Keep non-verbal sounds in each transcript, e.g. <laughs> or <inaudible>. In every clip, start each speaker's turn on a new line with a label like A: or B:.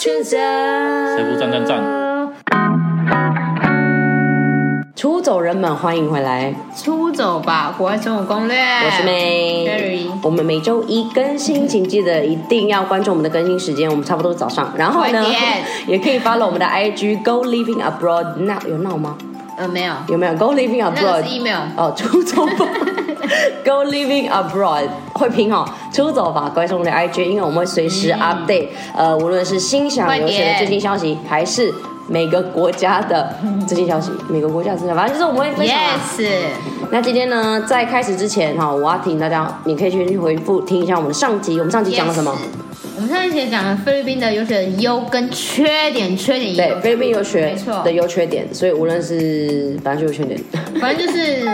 A: 群交。
B: 谁不赞赞赞？
A: 出走人们，欢迎回来，
C: 出走吧，国外生活攻略。
A: 我
C: 我
A: 是 May
C: Jerry。
A: 我们每周一更新，请记得一定要关注我们的更新时间，我们差不多早上。然后呢
C: 快点，
A: <laughs> 也可以 follow 我们的 IG Go Living Abroad Now，有 Now 吗？
C: 呃，没有，
A: 有没有 Go Living
C: 那个
A: Abroad？
C: 是 email。
A: 哦，出走
C: <laughs>
A: 吧，Go Living Abroad 会拼哦，出走吧，关注我们的 IG，因为我们会随时
C: 嗯
A: update，、呃，无论是新想留学的最新消息，还是每个国家的最新消息，每个国家的最新消息，反正就是我们会分享啦。
C: Yes，
A: 那今天呢，在开始之前哈、我要提醒大家，你可以去回复听一下我们上集，我们上集讲了什么
C: Yes？我们上一节讲了菲律宾的留学的优跟缺点，缺点也
A: 对，
C: 有，
A: 菲律宾留学
C: 没错
A: 的优缺点，所以无论是反正就有缺点，
C: 反正就是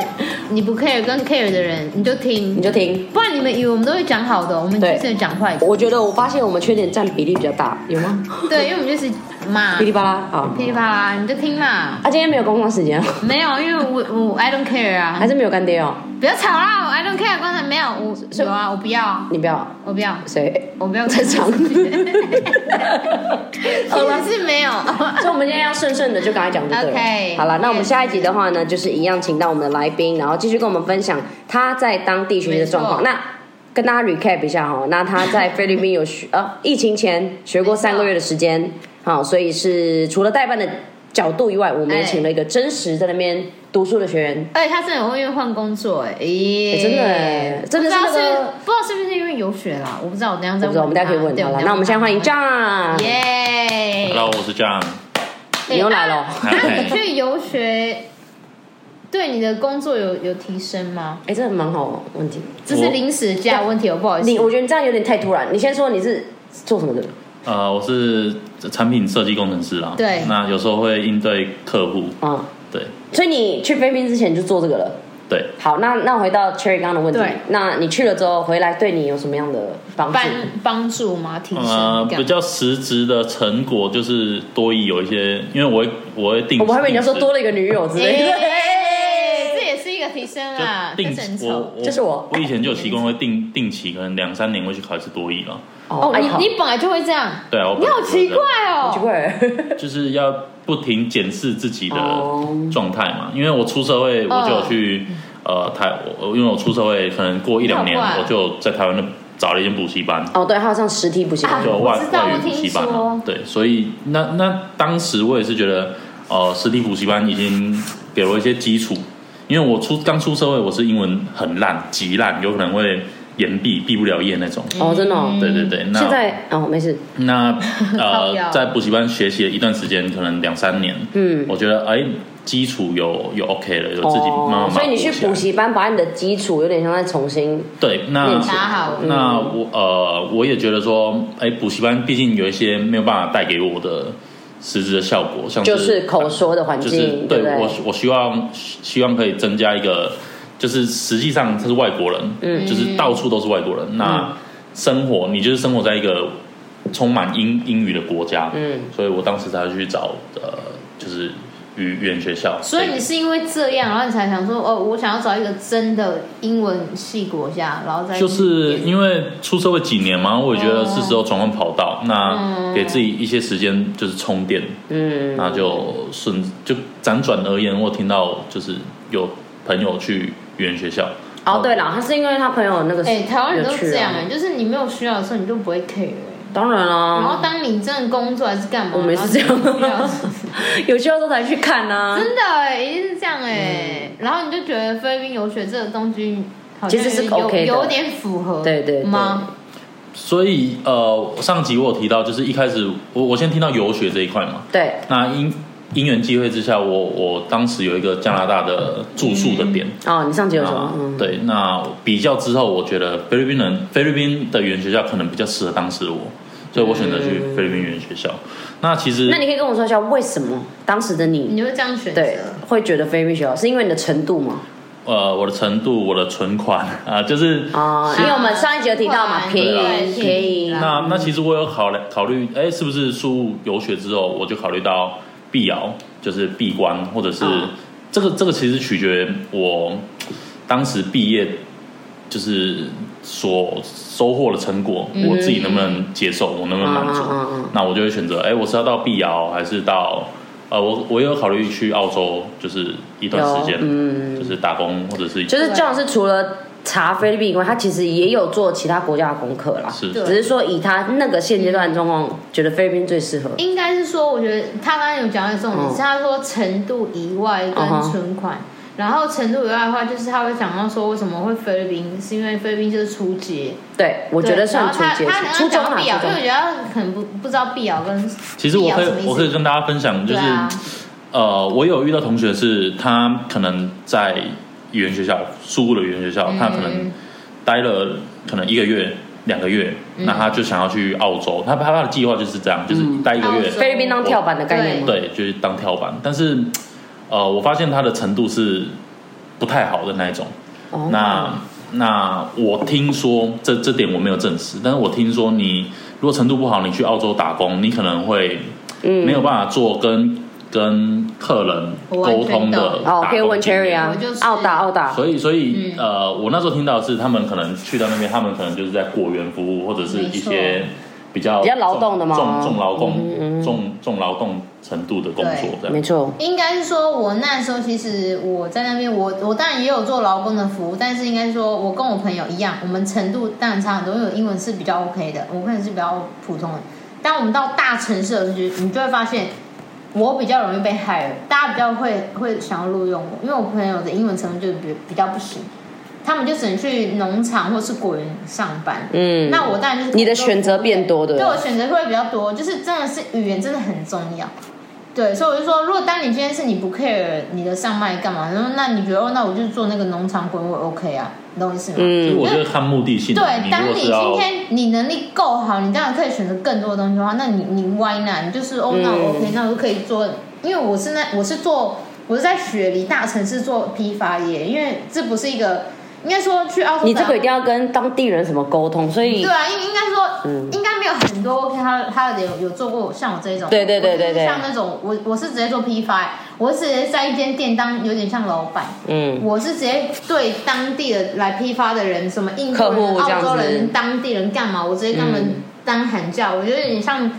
C: 你不 care 跟 care 的人，你就听
A: 你，就听。
C: 不然你们以为我们都会讲好的，我们
A: 对
C: 就是讲坏的，
A: 我觉得我发现我们缺点占比例比较大，有吗？
C: 对，因为我们就是骂
A: 噼
C: 噼
A: 里啪啦，啊好。
C: 里啪啦，你就听嘛。
A: 啊，今天没有公关时间哦，
C: 没有，因为我我 I don't care 啊
A: 还，是没有干爹哦？
C: 不要吵啦我，I don't care，刚才没有，我有啊，我不要啊，
A: 你不要
C: 我不要， <laughs>
A: 谁？
C: 我不要
A: 正常
C: 其实是没有。
A: 所以，我们今天要顺顺的就刚才讲就对了。
C: OK
A: 好了，那我们下一集的话呢，就是一样请到我们的来宾，然后继续跟我们分享他在当地学习的状况。
C: 没错
A: 那跟大家 recap 一下哈，那他在菲律宾有学呃疫情前学过三个月的时间，好，所以是除了代办的角度以外，我们也
C: 哎
A: 请了一个真实在那边读书的学员。
C: 而且他真的很愿意换工作、哎、咦
A: 哎真的哎真的是那
C: 不知道
A: 个
C: 是不知道是不是因为游学啦，我不知道，我等一下
A: 我
C: 再
A: 不知道，我们大家可以问
C: 对
A: 好了。那我们现在欢迎。John，
C: 耶、
B: Hello，我是
C: <laughs>
B: John。
A: 你又来了。哦
C: 那那你去游学，对你的工作有有提升吗？
A: <laughs> 哎、这个蛮好的问题。
C: 这是临时假问题，我哦不好意思。
A: 你我觉得你这样有点太突然。你先说你是做什么的？
B: 呃，我是产品设计工程师啦。
C: 对
B: 那有时候会应对客户。
A: 嗯，
B: 对
A: 所以你去菲律宾之前就做这个了。
B: 对，
A: 好，那那回到 Cherry 刚刚的问题
C: 对，
A: 那你去了之后回来对你有什么样的帮助
C: 帮？帮助吗？提升
B: 呃，
C: 感？
B: 比较实质的成果就是多益有一些，因为我会我会定，
A: 哦我还以为你要说多了一个女友之类 <laughs> 的。
C: <laughs> 哎这也是一个提升啊啦，
B: 就定
C: 但是很
B: 期，
C: 丑
B: 我。我
A: 这是我
B: 我以前就有习惯会定定期，可能两三年会去考一次多益了。
C: 哦，
A: 哎
C: 你
A: 好
C: 你本来就会这样，
B: 对啊，我本
C: 你
B: 来
C: 好
B: 就
C: 奇
B: 这样
C: 怪哦，
A: 奇怪，
B: 就是要不停检视自己的
A: 哦
B: 状态嘛。因为我出社会，我就有去、呃台，我我因为我出社会可能过一两年
C: 嗯你好怪，
B: 我就在台湾的找了一间补习班，
A: <laughs> 哦，对，还有上实体补习班
C: 啊。
B: 就
C: 我
B: 外
C: 知道
B: 外语
C: 我
B: 补
C: 听
B: 习班嘛
C: 说。
B: 对，所以那那当时我也是觉得，呃，实体补习班已经给了我一些基础，因为我出刚出社会，我是英文很烂，极烂，有可能会延毕，毕不了业那种。
A: 哦，真的、
C: 嗯
A: 哦。
B: 对对对，那
A: 现在哦，没事。
B: 那
C: <laughs> 靠腰
B: 呃，在补习班学习了一段时间，可能两三年，嗯，我觉得哎，基础有有 OK 了，有自己慢慢
A: 哦
B: 慢，慢
A: 所以你去
B: 补起来
A: 补习班，把你的基础有点像在重新
B: 对，那
A: 练习嗯
C: 打好
B: 那我呃，我也觉得说，哎，补习班毕竟有一些没有办法带给我的实质的效果，像呃
A: 就是口说的环
B: 就是
A: 境，
B: 对
A: 不对？
B: 我我希望希望可以增加一个，就是实际上他是外国人，
A: 嗯
B: 就是到处都是外国人。那生活你就是生活在一个充满英英语的国家，
A: 嗯，
B: 所以我当时才会去找呃，就是语语言学校。
C: 所以你是因为这样，然后你才想说，哦，我想要找一个真的英文系国家，然后再
B: 就是因为出社会几年嘛，我也觉得是时候转换跑道，那给自己一些时间就是充电，
A: 嗯，
B: 那就顺就辗转而言，我听到就是有朋友去语言学校，
A: 哦，对了，他是因为他朋友那个，
C: 嗯哎、台湾人都
A: 有去啊
C: 这样哎、就是你没有需要的时候，你就不会 care 哎、
A: 当然啊啦、
C: 然后当你真的工作还是干嘛，
A: 我们也是这样
C: 然后你就不要 <laughs>
A: 有需要都才去看啊呐、
C: 真的哎、一定是这样哎、然后你就觉得菲律宾游学这个东西好像
A: 嗯其实是
C: 有
A: OK 的
C: 有点符合
A: 对对对
C: 吗？
B: 所以呃，上集我有提到，就是一开始我我先听到游学这一块嘛，
A: 对，
B: 那因因缘际会之下，我我当时有一个加拿大的住宿的点，
A: 哦，你上集有说
B: 啊，
A: 嗯，
B: 对，那比较之后，我觉得菲律宾人菲律宾的语言学校可能比较适合当时的我，所以我选择去菲律宾语言学校。那其实
A: 那你可以跟我说一下为什么当时的你
C: 你会这样选择？
A: 对会觉得菲律宾学校是因为你的程度吗？
B: 呃，我的程度，我的存款啊、就是
A: 啊、因为我们上一集有提到嘛，
C: 对
A: 便宜
C: 对
A: 便宜
C: 便宜啦
B: 那那其实我有考虑考虑，哎，是不是输入游学之后，我就考虑到必瑶，就是闭关，或者是、
A: 嗯
B: 这个这个其实取决我当时毕业
C: 嗯
B: 就是所收获的成果，我自己能不能接受，我能不能满足。
A: 嗯嗯嗯嗯
B: 那我就会选择，哎，我是要到碧瑶还是到呃，我我有考虑去澳洲，就是一段时间，
A: 嗯
B: 就是打工或者是
A: 就是 John 是除了查菲律宾以外，他其实也有做其他国家的功课啦。
B: 是
C: 对
A: 只是说以他那个现阶段的状况，觉得菲律宾最适合。
C: 应该是说，我觉得他刚刚有讲到一个重点，
A: 嗯
C: 是他说程度以外
A: 嗯
C: 跟
A: 哼
C: 存款。然后程度以外的话，就是他会讲到说为什么会菲律宾，是因为菲律宾就是出街，
A: 对，我
C: 对
A: 觉得算出街
C: 然后
A: 是
C: 他他
A: 初
C: 刚刚
A: 中
C: 讲
A: 啊，
C: 到碧瑶，
A: 初
C: 因为我
A: 中
C: 觉得他可能不不知道碧瑶跟
B: 其实我可以
C: 碧瑶什么意，思
B: 我可以跟大家分享，就是、
C: 对啊，
B: 呃，我有遇到同学是，他可能在语言学校，苏的语言学校，他可
C: 嗯
B: 能待了可能一个月、两个月，
C: 嗯
B: 那他就想要去澳洲，他他的计划就是这样，就是待一个月，
C: 澳洲
A: 菲律宾当跳板的概念吗？
B: 对，就是当跳板。但是呃，我发现他的程度是不太好的那一种。
A: 哦
B: 那那我听说这这点我没有证实，但是我听说你如果程度不好，你去澳洲打工，你可能会
A: 嗯
B: 没有办法做跟、跟客人
C: 我完全
B: 沟通的
C: 懂嗯
A: 哦，
B: 打
A: 可以
B: 工
A: 问
B: 经
A: Cherry
B: 验。
A: 啊
C: 我就是，
A: 澳打澳打，
B: 所以，所以，呃，我那时候听到的是，他们可能去到那边，他们可能就是在果园服务，或者是一
C: 没
B: 些
C: 错
B: 比较
A: 比较劳动的嘛
B: 重重劳工、
A: 嗯嗯嗯
B: 重重劳动程度的工作
C: 对
B: 这
A: 没
B: 样。
A: 错。
C: 应该是说，我那时候其实我在那边，我我当然也有做劳工的服务，但是应该说，我跟我朋友一样，我们程度当然差很多，因为我英文是比较 OK 的，我可能是比较普通的。当我们到大城市的时候，就你就会发现，我比较容易被 hire，大家比较会会想要录用我，因为我朋友的英文程度就比比较不行，他们就只能去农场或是果园上班。
A: 嗯，
C: 那我当然就是
A: 你的选择变多对
C: 对
A: 不对
C: 我选择会比较多，就是真的是语言真的很重要。对，所以我就说，如果当你今天是你不 care 你的上麦干嘛，然后那你觉得哦，那我就做那个农场滚，我 OK 啊，你懂我意思吗？
B: 所以
A: 嗯
B: 我觉得看目的性，啊
C: 对，
B: 如
C: 当
B: 果
C: 你
B: 是
C: 今
B: 要
C: 天你能力够好，你当然可以选择更多的东西的话，那你你 why not？你就是哦，
A: 嗯
C: 那我 OK，、那我就可以做，因为我是那我是做我是在雪梨大城市做批发业，因为这不是一个应该说去澳洲
A: 你这
C: 打工
A: 个一定要跟当地人什么沟通，所以
C: 对啊，应应该说，
A: 嗯
C: 应该没有很多 OK，他他有有做过像我这一种，
A: 对对对
C: 我就是
A: 对对
C: 像那种我我是直接做批发，我是直接在一间店当有点像老板，
A: 嗯，
C: 我是直接对当地的来批发的人，什么印度
A: 客户
C: 人、
A: 这样
C: 澳
A: 子嗯
C: 洲人、当地人干嘛，我直接跟他们当喊价，我觉得有点像。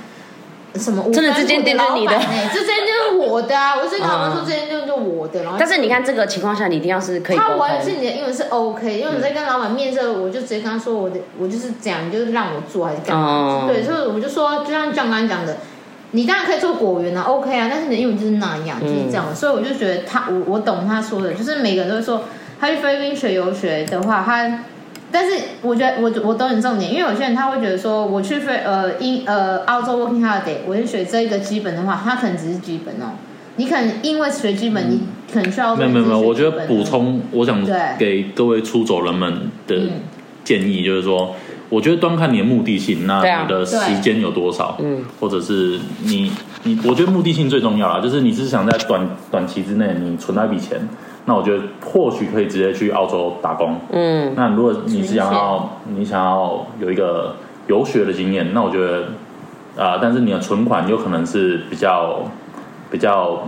C: 什么五
A: 真的
C: 分
A: 这间
C: 埔
A: 店就是
C: 老
A: 你的
C: 板欸这间就是我的啊！我是跟他们说
A: 嗯
C: 这间店就是我的，然后
A: 但是你看这个情况下，你一定要是可以沟
C: 他完全
A: 通，嗯
C: 是你的英文是 OK，因为我在跟老板面试的时候，我就直接跟他说我的我就是这样，你就是让我做还是干
B: 哦
C: 嘛？
A: 嗯
C: 对，所以我就说，就像像刚刚讲的，你当然可以做果园啊，OK 啊，但是你的英文就是那样，就是这样。
B: 嗯
C: 所以我就觉得他，我我懂他说的，就是每个人都会说，他去菲律宾学游学的话，他。但是我觉得我我懂你重点，因为有些人他会觉得说，我去菲呃英呃澳洲 working holiday，我就学这一个基本的话，他可能只是基本哦，你可能因为学基本，你可能需要
B: 嗯没有没有没有，我觉得补
C: 充。
B: 充，我想
C: 对
B: 给各位出走人们的
C: 嗯
B: 建议就是说，我觉得端看你的目的性，
A: 对
B: 那
A: 啊
B: 你的时间有多少，
A: 嗯，
B: 或者是你你，我觉得目的性最重要啦，就是你是想在短短期之内你存到一笔钱，那我觉得或许可以直接去澳洲打工。
A: 嗯，
B: 那如果你是想
C: 存
B: 要你想要有一个游学的经验，那我觉得啊、但是你的存款有可能是比较比较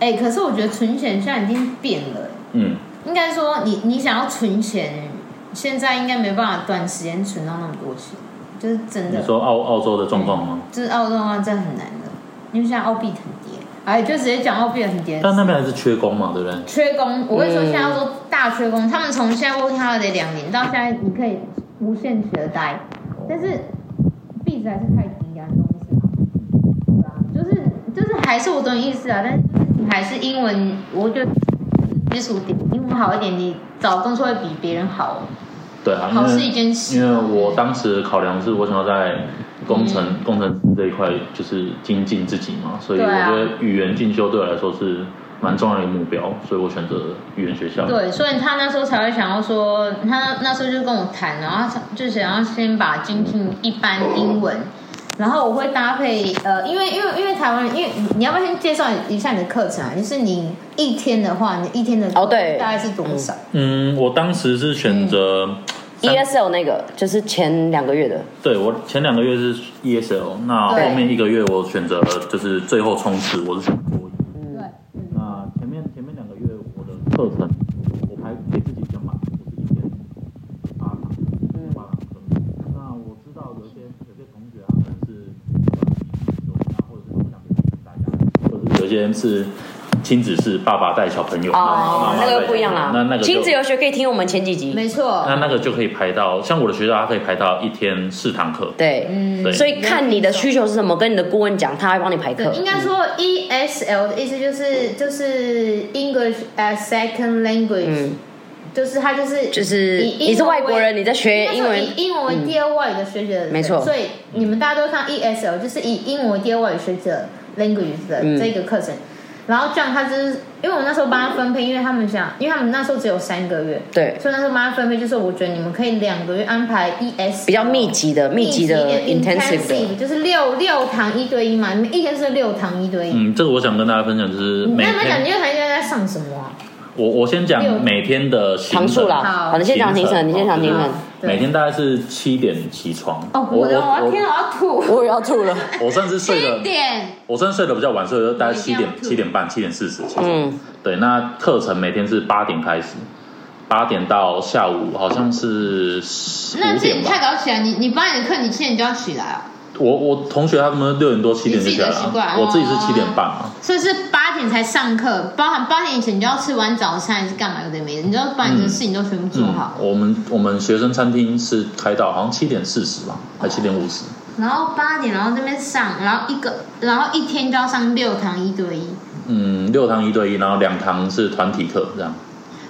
C: 哎、可是我觉得存钱现在已经变了，
B: 嗯。
C: 应该说你你想要存钱，现在应该没办法短时间存到那么多钱，就是真的
B: 你，说澳澳洲的状况吗？
C: 就是澳洲的话真的很难的，因为现在澳币很跌，哎，就直接讲澳币很跌。
B: 但那边还是缺工嘛，对不对？
C: 缺工，我会说
B: 嗯
C: 现在澳洲大缺工，他们从现在 working holiday 两年到现在，你可以无限期的待，但是币值还是太低啊，你懂我意思吗？对啊，就是就是还是我懂你意思啊，但是你还是英文，我觉得基础点英文好一点，你找工作会比别人好，
B: 对啊，
C: 好
B: 因
C: 事
B: 为
C: 一件事
B: 因为我当时考量是我想要在工程、工程师这一块就是精进自己嘛，所以我
C: 嗯对啊
B: 觉得语言进修对我来说是蛮重要的一个目标，所以我选择语言学校。
C: 对，所以他那时候才会想要说，他那时候就跟我谈，然后他就想要先把精进一般英文，然后我会搭配呃，因为因为因为台湾人，因为你你要不要先介绍一下你的课程啊？就是你一天的话，你一天的
A: 哦对
C: 大概是多少？
B: 嗯，我当时是选择、
C: 嗯
B: 三
A: ESL E 那个就是前两个月的，
B: 对我前两个月是 ESL，那
C: 对
B: 后面一个月我选择就是最后冲刺，我是选择多一。
A: 嗯
C: 对，
B: 那前面前面两个月我的课程，我排给自己比较满，我是一天啊八堂，八堂课。那我知道有些有些同学他们是
A: 哦
B: 间是亲子是爸爸带小朋友，
A: 哦
B: 妈，妈
A: 那
B: 带
A: 个不一样啦。
B: 那那个就
A: 亲子游学可以听我们前几集，
C: 没错，
B: 那那个就可以排到，像我的学校，它可以排到一天四堂课。
A: 对，
C: 嗯
B: 对
A: 所以看你的需求是什么，跟你的顾问讲，他会帮你排
C: 对
A: 课。
C: 应该说 ESL 的意思就是就是 English as second language，、
A: 嗯，
C: 就是它就是
A: 就是
C: 以英文
A: 你是外国人，你在学
C: 应
A: 英
C: 该说
A: 文
C: 以，英文为第二外语的学者的人，
A: 嗯没错
C: 所以你们大家都会看 ESL，就是以英文为第二外语学者 language 的
A: 嗯
C: 这个课程。然后这样他就是，因为我那时候帮他分配，因为他们想，因为他们那时候只有三个月，
A: 对，
C: 所以那时候帮他分配，就是我觉得你们可以两个月安排 E ES
A: 比较密集的、密集的、
C: 一点
A: intensive 的，
C: 就是六六堂一对一嘛，你们一天是六堂一对一。
B: 嗯，这个我想跟大家分享，就是
A: 嗯
B: 每
C: 那你们讲
B: 天
C: 六堂一对一在上什么啊？
B: 我我先
C: 六
B: 讲每天的行
A: 堂
B: 程
A: 数啦。
C: 好
A: 好，你先讲
B: 行
A: 停
B: 程
A: 程，你先讲停程
B: 好。每天大概是七点起床。
C: 哦，
B: 我
C: 我的，我要
B: 我
C: 天，我要吐。
A: 我也要吐了，
B: 我算是睡了
C: 七，点，
B: 我算是睡得比较晚，睡了大概七
C: 我一定
B: 点
C: 要吐
B: 七点半七点四十。
A: 嗯，
B: 对，那课程每天是八点开始，八点到下午好像是
C: 那
B: 五
C: 是
B: 点
C: 你太
B: 吧。
C: 早起来，你你八点的课，你七点就要起来啊，
B: 我我同学他们六点多七点就起来
C: 你自己的习惯
B: 了，我自己是
C: 哦
B: 七点半啊。
C: 所以是八点才上课，包含八点以前你就要吃完早餐还是干嘛有的没的，你就要把你的事情都全部做好。
B: 嗯我们我们学生餐厅是开到好像七点四十吧，还七点五十。
C: 然后八点，然后这边上，然后一个，然后一天就要上六堂一对一。
B: 嗯，六堂一对一，然后两堂是团体课，这样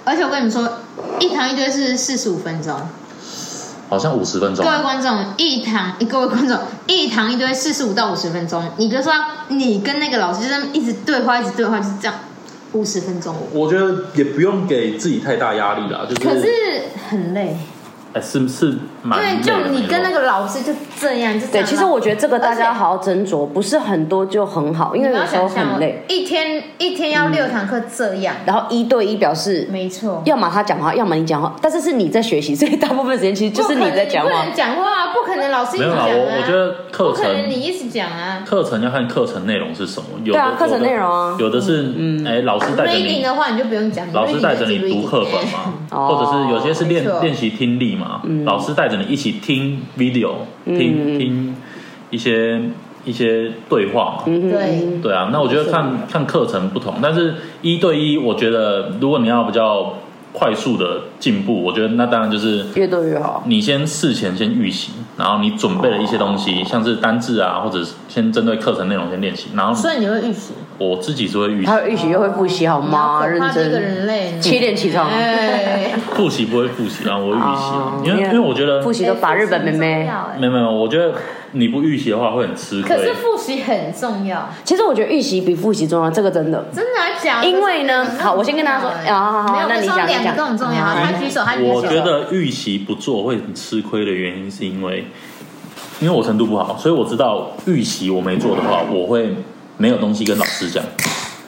C: 而且我跟你们说，一堂一对一是四十五分钟。
B: 好像五十分钟啊
C: 各。位观众，一堂，各位观众，一堂一堆四十五到五十分钟，你就说你跟那个老师就这么一直对话，一直对话，就是这样五十分钟，
B: 我觉得也不用给自己太大压力啦，就是
C: 可是很累。
B: 哎是是蛮累
C: 对，
B: 的
C: 就你跟那
B: 没错
C: 个老师就这样，就这
A: 对，
C: 样。
A: 其实我觉得这个大家
C: 而且
A: 好好斟酌，不是很多就很好，因为
C: 你
A: 有
C: 要
A: 时候
C: 想象哦
A: 很累。，
C: 一天一天要六堂课这样，
A: 然后一对一表示，
C: 没错。
A: 要么他讲话，要么你讲话，但是是你在学习，所以大部分时间其实就是
C: 不可能
A: 在讲
C: 不
A: 话
C: 能。讲话啊，不可能老师一
B: 没
C: 直
B: 有
C: 讲
B: 啦，
C: 啊。
B: 我我觉得课
C: 不可能你
B: 程
C: 一直讲啊。
B: 课程要看课程内容是什么，
A: 对
B: 有的
A: 啊
B: 有的
A: 课程内容啊
B: 有的是哎老师带着
C: reading
B: 你，
C: 的话你就不用讲，
B: 老师带着
C: reading 就
B: 你
C: 是
B: 读
C: reading
B: 课本嘛，
A: 哦嗯
B: 或者是有些是练
C: 没错
B: 练习听力嘛，老师带着你一起听 video，听听一些一些对话嘛，
A: 嗯
C: <laughs> 对，
B: 对啊，那我觉得看看课程不同，但是一对一，我觉得如果你要比较快速的进步，我觉得那当然就是
A: 越多越好。
B: 你先事前先预习，然后你准备了一些东
C: 哦
B: 西，像是单字啊，或者是先针对课程内容先练习。然后
C: 所以你会预习。
B: 我自己是会预习，
A: 他有预习又会复习，好吗？认
C: 一个人
A: 真。
C: 类呢，
A: 七点起床
C: 哎
B: 复习不会复习，然后我会预习啊
A: 哦，
B: 因为
A: 因为
B: 因为我觉得
A: 复习都把日本妹妹。
B: 没有没有，我觉得你不预习的话会很吃亏
C: 可。是复习很重要，哎
A: 其实我觉得预习比复习重要，这个真的。
C: 真的要讲。
A: 因为呢
C: 真的
A: 好我先跟大家说
C: 真的
A: 啊好好好
C: 没有
A: 那你
C: 我说
A: 讲
C: 两
A: 你讲
C: 个都很重要。
A: 啊
C: 他举手，他举手。
B: 我觉得预习不做会很吃亏的原因，是因为因为我程度不好，所以我知道预习我没做的话，我会没有东西跟老师讲。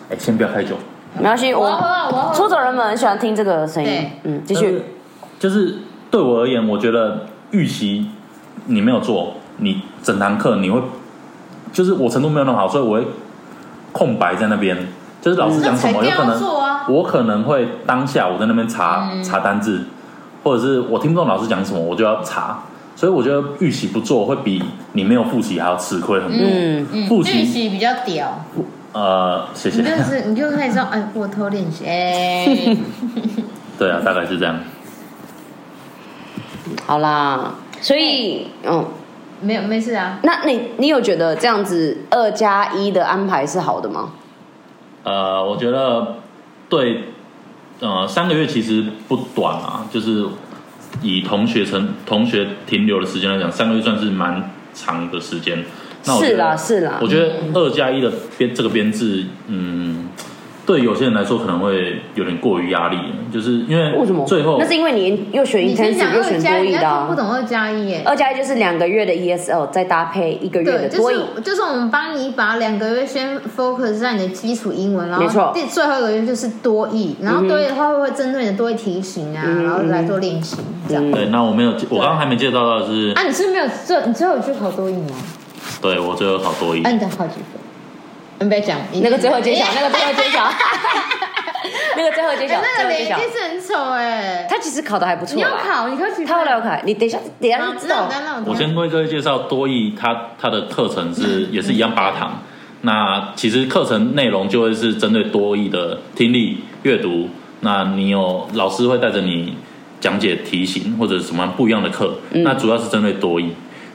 B: 哎，先不要开酒。
A: 没关系，
C: 我要喝
A: 我
C: 啊，我要喝
A: 出走人们很喜欢听这个声音
C: 对。
A: 嗯，继
B: 但是
A: 续。
B: 呃就是对我而言，我觉得预习你没有做，你整堂课你会，就是我程度没有那么好，所以我会空白在那边。就是老师讲什么，
C: 嗯那才
B: 有可
C: 不要做啊嗯
B: 能我可能会当下我在那边查、查单字，或者是我听不懂老师讲什么，我就要查。所以我觉得预习不做会比你没有复习还要吃亏很多。
A: 嗯，
C: 嗯
B: 复
C: 预
B: 习
C: 习比较屌，
B: 呃，谢谢
C: 你。就是你就可以说，哎，我偷练习，哎，
A: <laughs>
B: 对啊，大概是这样。
A: 好啦，所以嗯，
C: 没有没事啊。
A: 那你你有觉得这样子二加一的安排是好的吗？
B: 呃，我觉得对，呃，三个月其实不短啊，就是以同学成同学停留的时间来讲，三个月算是蛮长的时间。那我觉
A: 是
B: 得
A: 啦，是啦
B: 我。觉得二加一的编这个编制，嗯，对有些人来说可能会有点过于压力，就是因为
A: 为什么？
B: 最后
A: 那是因为你又选
C: 你先讲
A: intensive 又
C: 二
A: 选
C: 加
A: 多
C: 一，
A: 益
C: 他
A: 的
C: 听不
A: 啊。
C: 懂二加一耶。
A: 二加一就是两个月的 ESL，再搭配一个月
C: 对，
A: 的多
C: 就
A: 益。
C: 是就是我们帮你把两个月先 focus 在你的基础英文，然
A: 没错嗯
C: 后第最后一个月就是多译，然后多译的话会针对你的多译题型啊，然后来做练习
A: 嗯
C: 这样。
B: 对，那我没有，我刚刚还没介绍到的是，
C: 啊，你是不是没有最你最后有去考多译吗？
B: 对我最后考多一
C: 啊，，你等好几分？你不要讲，
A: 嗯那个最后揭晓，那个最后揭晓，
C: <laughs>
A: 那个最后揭晓，
C: 哎那
A: 最后
C: 个
A: 揭
C: 脸
A: 晓。
C: 其实很丑哎。
A: 他其实考的还不错
C: 你要
A: 啦，
C: 考，你考几分？
A: 他后来有考，你等一下，等一下
C: 好
A: 就知
C: 那
A: 道
C: 我。等下那我等
B: 我
C: 下
B: 先为各位介绍多益，它它的课程是也是一样八堂，那其实课程内容就会是针对多义的听力、阅读。那你有老师会带着你讲解题型或者什么不一样的课，
A: 嗯
B: 那主要是针对多义。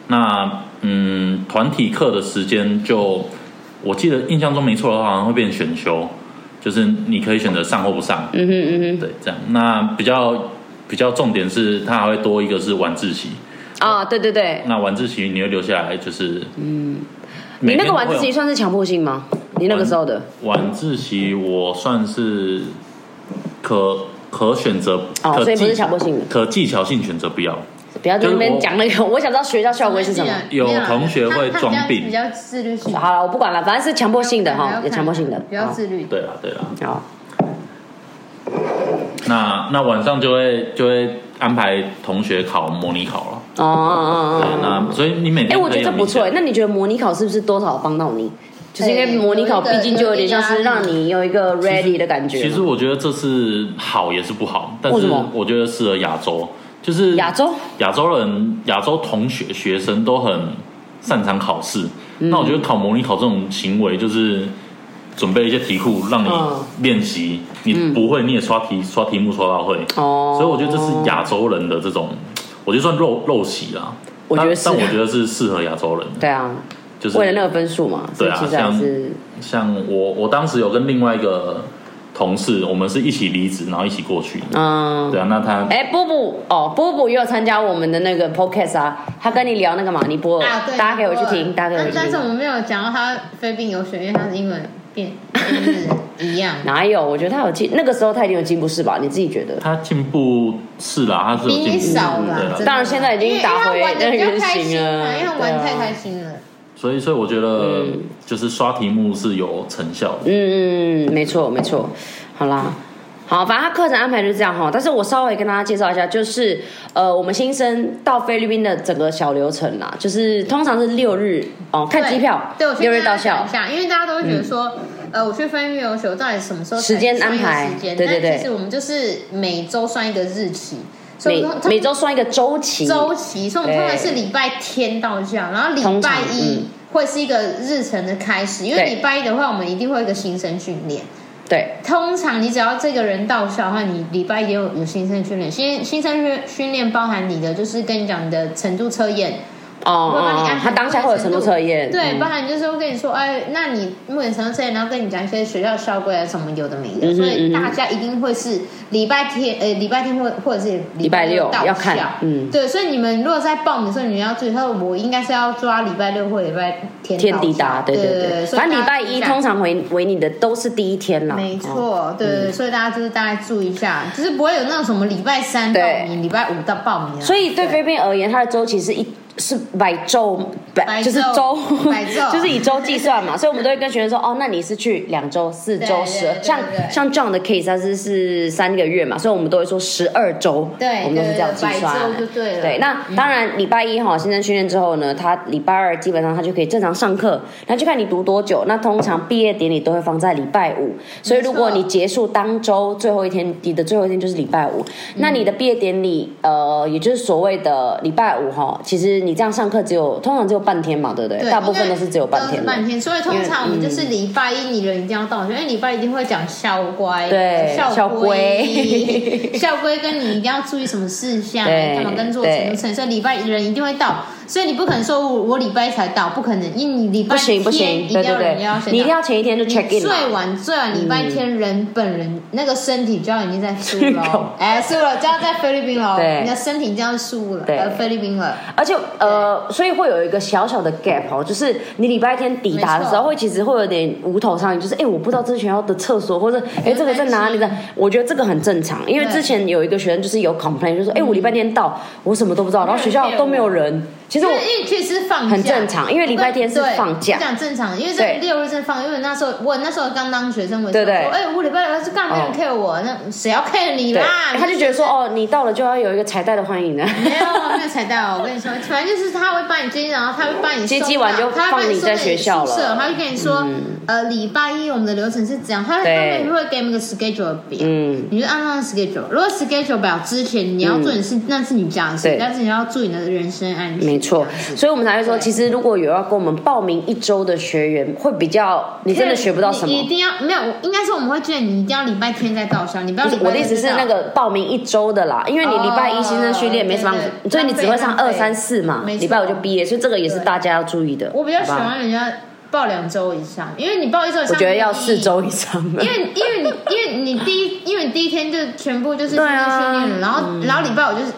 B: 那嗯，团体课的时间就我记得印象中没错的话，好像会变选修，就是你可以选择上或不上。
A: 嗯哼嗯
B: 对，这样。那比较比较重点是，它还会多一个是晚自习。
A: 哼，啊，对对对，
B: 那晚自习你会留下来，就是嗯，
A: 你那个晚自习算是强迫性吗？你那个时候的
B: 晚自习我算是可可选择，
A: 哦
B: 可
A: 所以不是
B: 技
A: 强迫性的
B: 可技巧性选择不要。
A: 不要在那边
B: 就是
A: 讲那个，我想知道学校效果是什么。
C: 啊
B: 有同学会装病
C: 比较自律性，
A: 好了，我不管了，反正是强迫性的
C: 啊不要
A: 哈，
C: 看
A: 有强迫性的。
C: 比较自律。
B: 对啦，对啦。
A: 好好，
B: 那那晚上就会就会安排同学考模拟考了。
A: 哦哦
B: 对
A: 哦，哦。
B: 那所以你每天
A: 哎，我
B: 可
A: 觉得
B: 以
A: 这
B: 很
A: 不
B: 明显
A: 错哎。那你觉得模拟考是不是多少帮到你？就是因为
C: 对
A: 模拟考
C: 有一
A: 毕
C: 个
A: 竟就有点像是让你有一个
B: 其实
A: ready 的感觉嘛。
B: 其实我觉得这是好也是不好，但
A: 为什
B: 是
A: 么
B: 我觉得适合亚洲，就是
A: 亚洲
B: 亚洲人、亚洲同学、学生都很擅长考试。
A: 嗯
B: 那我觉得考模拟考这种行为，就是准备一些题库让你
A: 嗯
B: 练习，你不会你也刷题、刷题目刷到会。
A: 哦，
B: 所以我觉得这是亚洲人的这种，我觉得算陋陋习啦。
A: 我觉得
B: 但
A: 是啊
B: 但我觉得是适合亚洲人的，
A: 对啊，
B: 就是
A: 为了那个分数嘛，所以
B: 对啊
A: 其实还
B: 像
A: 是
B: 像我，我当时有跟另外一个同事，我们是一起离职，然后一起过去。
A: 嗯
B: 对。啊，那他
A: 哎，波波哦，波波也有参加我们的那个 podcast 啊，他跟你聊那个马尼波尔，
C: 啊，对，
A: 哦大家给我去听，大家给我去
C: 但但是我
A: 听。。
C: 们没有讲到他非病有学，因为他是英文变就是一样
A: 哪有？我觉得他有进，那个时候他一定有进步是吧？你自己觉得？
B: 他进步是啦，他是有
C: 比你
B: 进步
C: 少
B: 嗯
C: 啦
B: 对，啊
C: 真的
A: 当然现在已经打回
C: 因为因为他玩得比
A: 那
C: 较
A: 个原
C: 开
A: 形
C: 心
A: 了
C: 了，因为他玩
A: 对
C: 得
A: 啊
C: 太开心了。
B: 所以所以我觉得
A: 嗯
B: 就是刷题目是有成效的。
A: 嗯，没错没错，好啦。好，反正他课程安排就是这样哈，但是我稍微跟大家介绍一下，就是呃，我们新生到菲律宾的整个小流程啦，就是通常是六日哦，看机票，
C: 对，对
A: 六
C: 我先
A: 日
C: 跟
A: 到
C: 大家讲
A: 校嗯
C: 一，下，因为大家都会觉得说，呃，我去分游学，我到底什么时候才
A: 时间安
C: 算一个
A: 排
C: 时间
A: 对对
C: 但
A: 对
C: 其实我们就是每周算一个日期，所以
A: 每
C: 我们通
A: 每周算一个周期，
C: 周期，所以我们通常
A: 对
C: 是礼拜天到校，然后
A: 通
C: 礼
A: 常
C: 拜一
A: 嗯
C: 会是一个日程的开始，因
A: 对
C: 为礼拜一的话，我们一定会有一个新生训练。
A: 对，
C: 通常你只要这个人到校的话，你礼拜一有有新生训练，新新生训训练包含你的就是跟你讲你的程度测验，
A: 哦
C: 我会帮
A: 哦
C: 你，
A: 哦
C: 按
A: 他当下会有程度测验，
C: 对，
A: 嗯
C: 包含就是会跟你说，哎，那你目前程度测验，然后跟你讲一些学校校规啊什么有的没
A: 嗯
C: 的，
A: 哼
C: 所以大家一定会是礼拜天，呃，礼拜天或或者是
A: 礼拜六
C: 六到
A: 要看
C: 校
A: 嗯
C: 对，所以你们如果在报名的时候，你们要注意，他说我应该是要抓礼拜六或礼拜天
A: 天地
C: 抵
A: 搭，对
C: 对
A: 对
C: 对
A: 对，
C: 所以
A: 反正礼
C: 大
A: 拜
C: 家注意
A: 一
C: 下
A: 通常回回你的都是第一天啦，
C: 没
A: 哦
C: 错，对对对，所以大家就是大概注意一下，就是不会有那种什么礼拜三报
A: 对
C: 名、礼拜五到报名啊。
A: 所以对菲律宾而言，它的周期是一是百周，百
C: 百
A: 就是周
C: 周，百周
A: <laughs> 就是以周计算嘛。所以我们都会跟学生说，哦，那你是去两周、四
C: 对
A: 周、
C: 对
A: 十二，
C: 对
A: 像
C: 对
A: 像 John 的 case，他是是三个月嘛，所以我们都会说十二周，
C: 对
A: 我们都是这样计
C: 对对
A: 算
C: 百周就对了
A: 对，那当然礼拜一哈，新生训练之后呢，他礼拜二基本上他就可以正常上课，那就看你读多久。那通常毕业典礼都会放在礼拜五，所以如果
C: 没错
A: 你结束当周最后一天，你的最后一天就是礼拜五。
C: 嗯
A: 那你的毕业典礼，呃，也就是所谓的礼拜五哈，其实你这样上课只有通常只有半天嘛，对不对？
C: 对，
A: 大部分都是只有半
C: 都
A: 天
C: 是
A: 的。
C: 半天，所以通常我
A: 因为
C: 们
A: 嗯
C: 就是礼拜一你人一定要到，因为礼拜一定会讲校规，
A: 对校
C: 校
A: 规
C: 校规跟你一定要注意什么事项，
A: 对
C: 干嘛跟做程度测，所以礼拜一人一定会到，所以你不可能说我我礼拜一才到，不可能，因为你礼
A: 不
C: 拜
A: 行
C: 天
A: 不行，
C: 一
A: 对
C: 定
A: 对
C: 要人要
A: 对，你一
C: 先
A: 定
C: 到。
A: 要前一天就 check in 啊
C: 最
A: 嘛。
C: 晚最晚礼拜天人本人那个身体就要已经在输
A: 了 <laughs>
C: 了，哎，输了就要在菲律宾了，
A: 对
C: 你的身体就要输了，
A: 对
C: 呃，菲律宾了。
A: 而且呃，所以会有一个小小的 gap 哦，就是你礼拜天抵达的时候，
C: 没错
A: 会其实会有点无头苍蝇，就是哎，诶我不知道这学校的厕所或者哎这个在哪里的
C: 担，
A: 我觉得这个很正常，因为
C: 对嗯
A: 之前有一个学生就是有 complain，就说哎，诶我礼拜天到，我什么都不知道，然后学校都没有人，其实
C: 因
A: 我
C: 为因为其实放假
A: 很正常因为礼拜天是
C: 对
A: 放假
C: 我讲正常，因为
A: 对
C: 这六日正放，因为那时候我那时候刚当学生，我就
A: 对对哦
C: 说，哎，我礼拜六是干嘛没人 care 我？那谁要 care 你
A: 对
C: 啦？，
A: 他就觉得说哦，你到了就要有一个彩带的欢迎呢。
C: 没有没有彩带哦，我跟你说，反正就是他会帮你接机，然后他会帮你
A: 接机
C: 送
A: 完
C: 到
A: 就
C: 他会
A: 放
C: 帮
A: 你
C: 你
A: 在
C: 送
A: 学
C: 到
A: 校
C: 宿舍
A: 了嗯
C: 他会跟你说，呃，礼拜一我们的流程是这样，他会
A: 对
C: 他们会给你们个 schedule 表，
A: <laughs> 嗯
C: 你就按照 schedule。如果 schedule 表之前你要做的事，那是你家的事
A: 对，
C: 但是你要注意你的人身安全。
A: 没没错，所以我们才会说，
C: 对
A: 其实如果有要跟我们报名一周的学员，会比较你真的学不到什
C: 你一
A: 么。
C: 定要没有，应该是我们会劝你一定要礼拜天再报销，你不要
A: 不
C: 礼
A: 是
C: 拜
A: 我的意思是那个报名一周的啦，因为你礼拜一新生训练没什么
C: 哦
A: 帮
C: 对对
A: 助，所以你只会上
C: 浪费
A: 二三四嘛
C: 没，错
A: 礼拜五就毕业，所以这个也是
C: 对
A: 大家要注意的。
C: 我比较喜
A: 好不好
C: 欢人家报两周以上，因为你报一周以上，
A: 我觉得要四。周以上的
C: 因。为因为你因为你第一因为你第一天就全部就是训
A: 对
C: 练
A: 啊
C: 训练了，然后然后礼拜五就是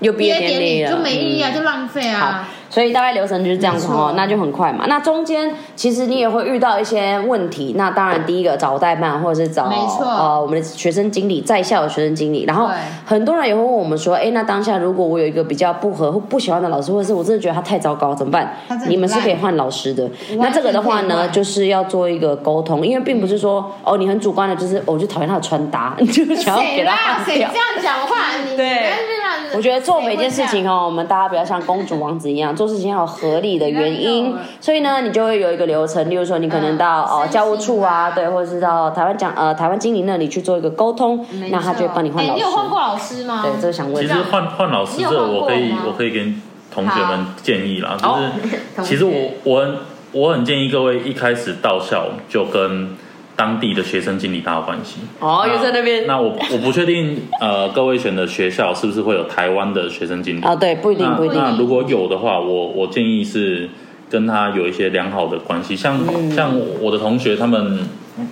A: 又毕业典
C: 典
A: 礼
C: 礼
A: 了，
C: 就没意义啊，
A: 嗯
C: 就浪费
A: 好
C: 啊。，
A: 所以大概流程就是这样子
C: 没
A: 哦
C: 错，
A: 那就很快嘛。那中间其实你也会遇到一些问题，那当然第一个找代办或者是找
C: 没错
A: 呃我们的学生经理，在校的学生经理，然后
C: 对
A: 很多人也会问我们说，哎，那当下如果我有一个比较不合或不喜欢的老师，或者是我真的觉得他太糟糕，怎么办
C: 他真的？很
A: 你们是
C: 烂
A: 可以换老师的。
C: 全
A: 那这个的话
C: 可以
A: 呢，
C: 换
A: 就是要做一个沟通，因为并不是说哦你很主观的，就是哦我就讨厌他的穿搭， <laughs> 你就想嗯要给
C: 谁
A: 他
C: 啦？
A: 换
C: 谁这
A: 掉。
C: 样讲话？你
A: 对
C: 你不要在那 <laughs> 边乱
A: 我觉得做每件事
C: 谁会这
A: 情
C: 样 <laughs>
A: 哦，我们大家不要像公主王子一样，做事情要有合理的原因
C: 不要用啊。
A: 所以呢，你就会有一个流程，例如说你可能
C: 嗯
A: 到哦
C: 申请
A: 教务处啊，
C: 啊
A: 对，或者是到台湾讲呃台湾经理那里去做一个沟通，
C: 没
A: 那他就会
C: 错
A: 帮你换
C: 哎
A: 老
C: 你有换
A: 师。
C: 过老师吗？
A: 对，这个想
B: 其
A: 问
B: 实。换换老师
C: 你有
B: 这
C: 换
B: 个
C: 过
B: 我可以
C: 吗
B: 我可以跟同学们建议啦，
A: 好
B: 就是
C: <laughs> 同学
B: 其实我我很我很建议各位一开始到校就跟当地的学生经理打好关系。
A: 哦，又在那边
B: 那我我不确定呃各位选的学校是不是会有台湾的学生经理
A: 啊，对，不一定，
B: 那
A: 不一定。
B: 那如果有的话，我我建议是跟他有一些良好的关系，像、
A: 嗯
B: 像我的同学他们，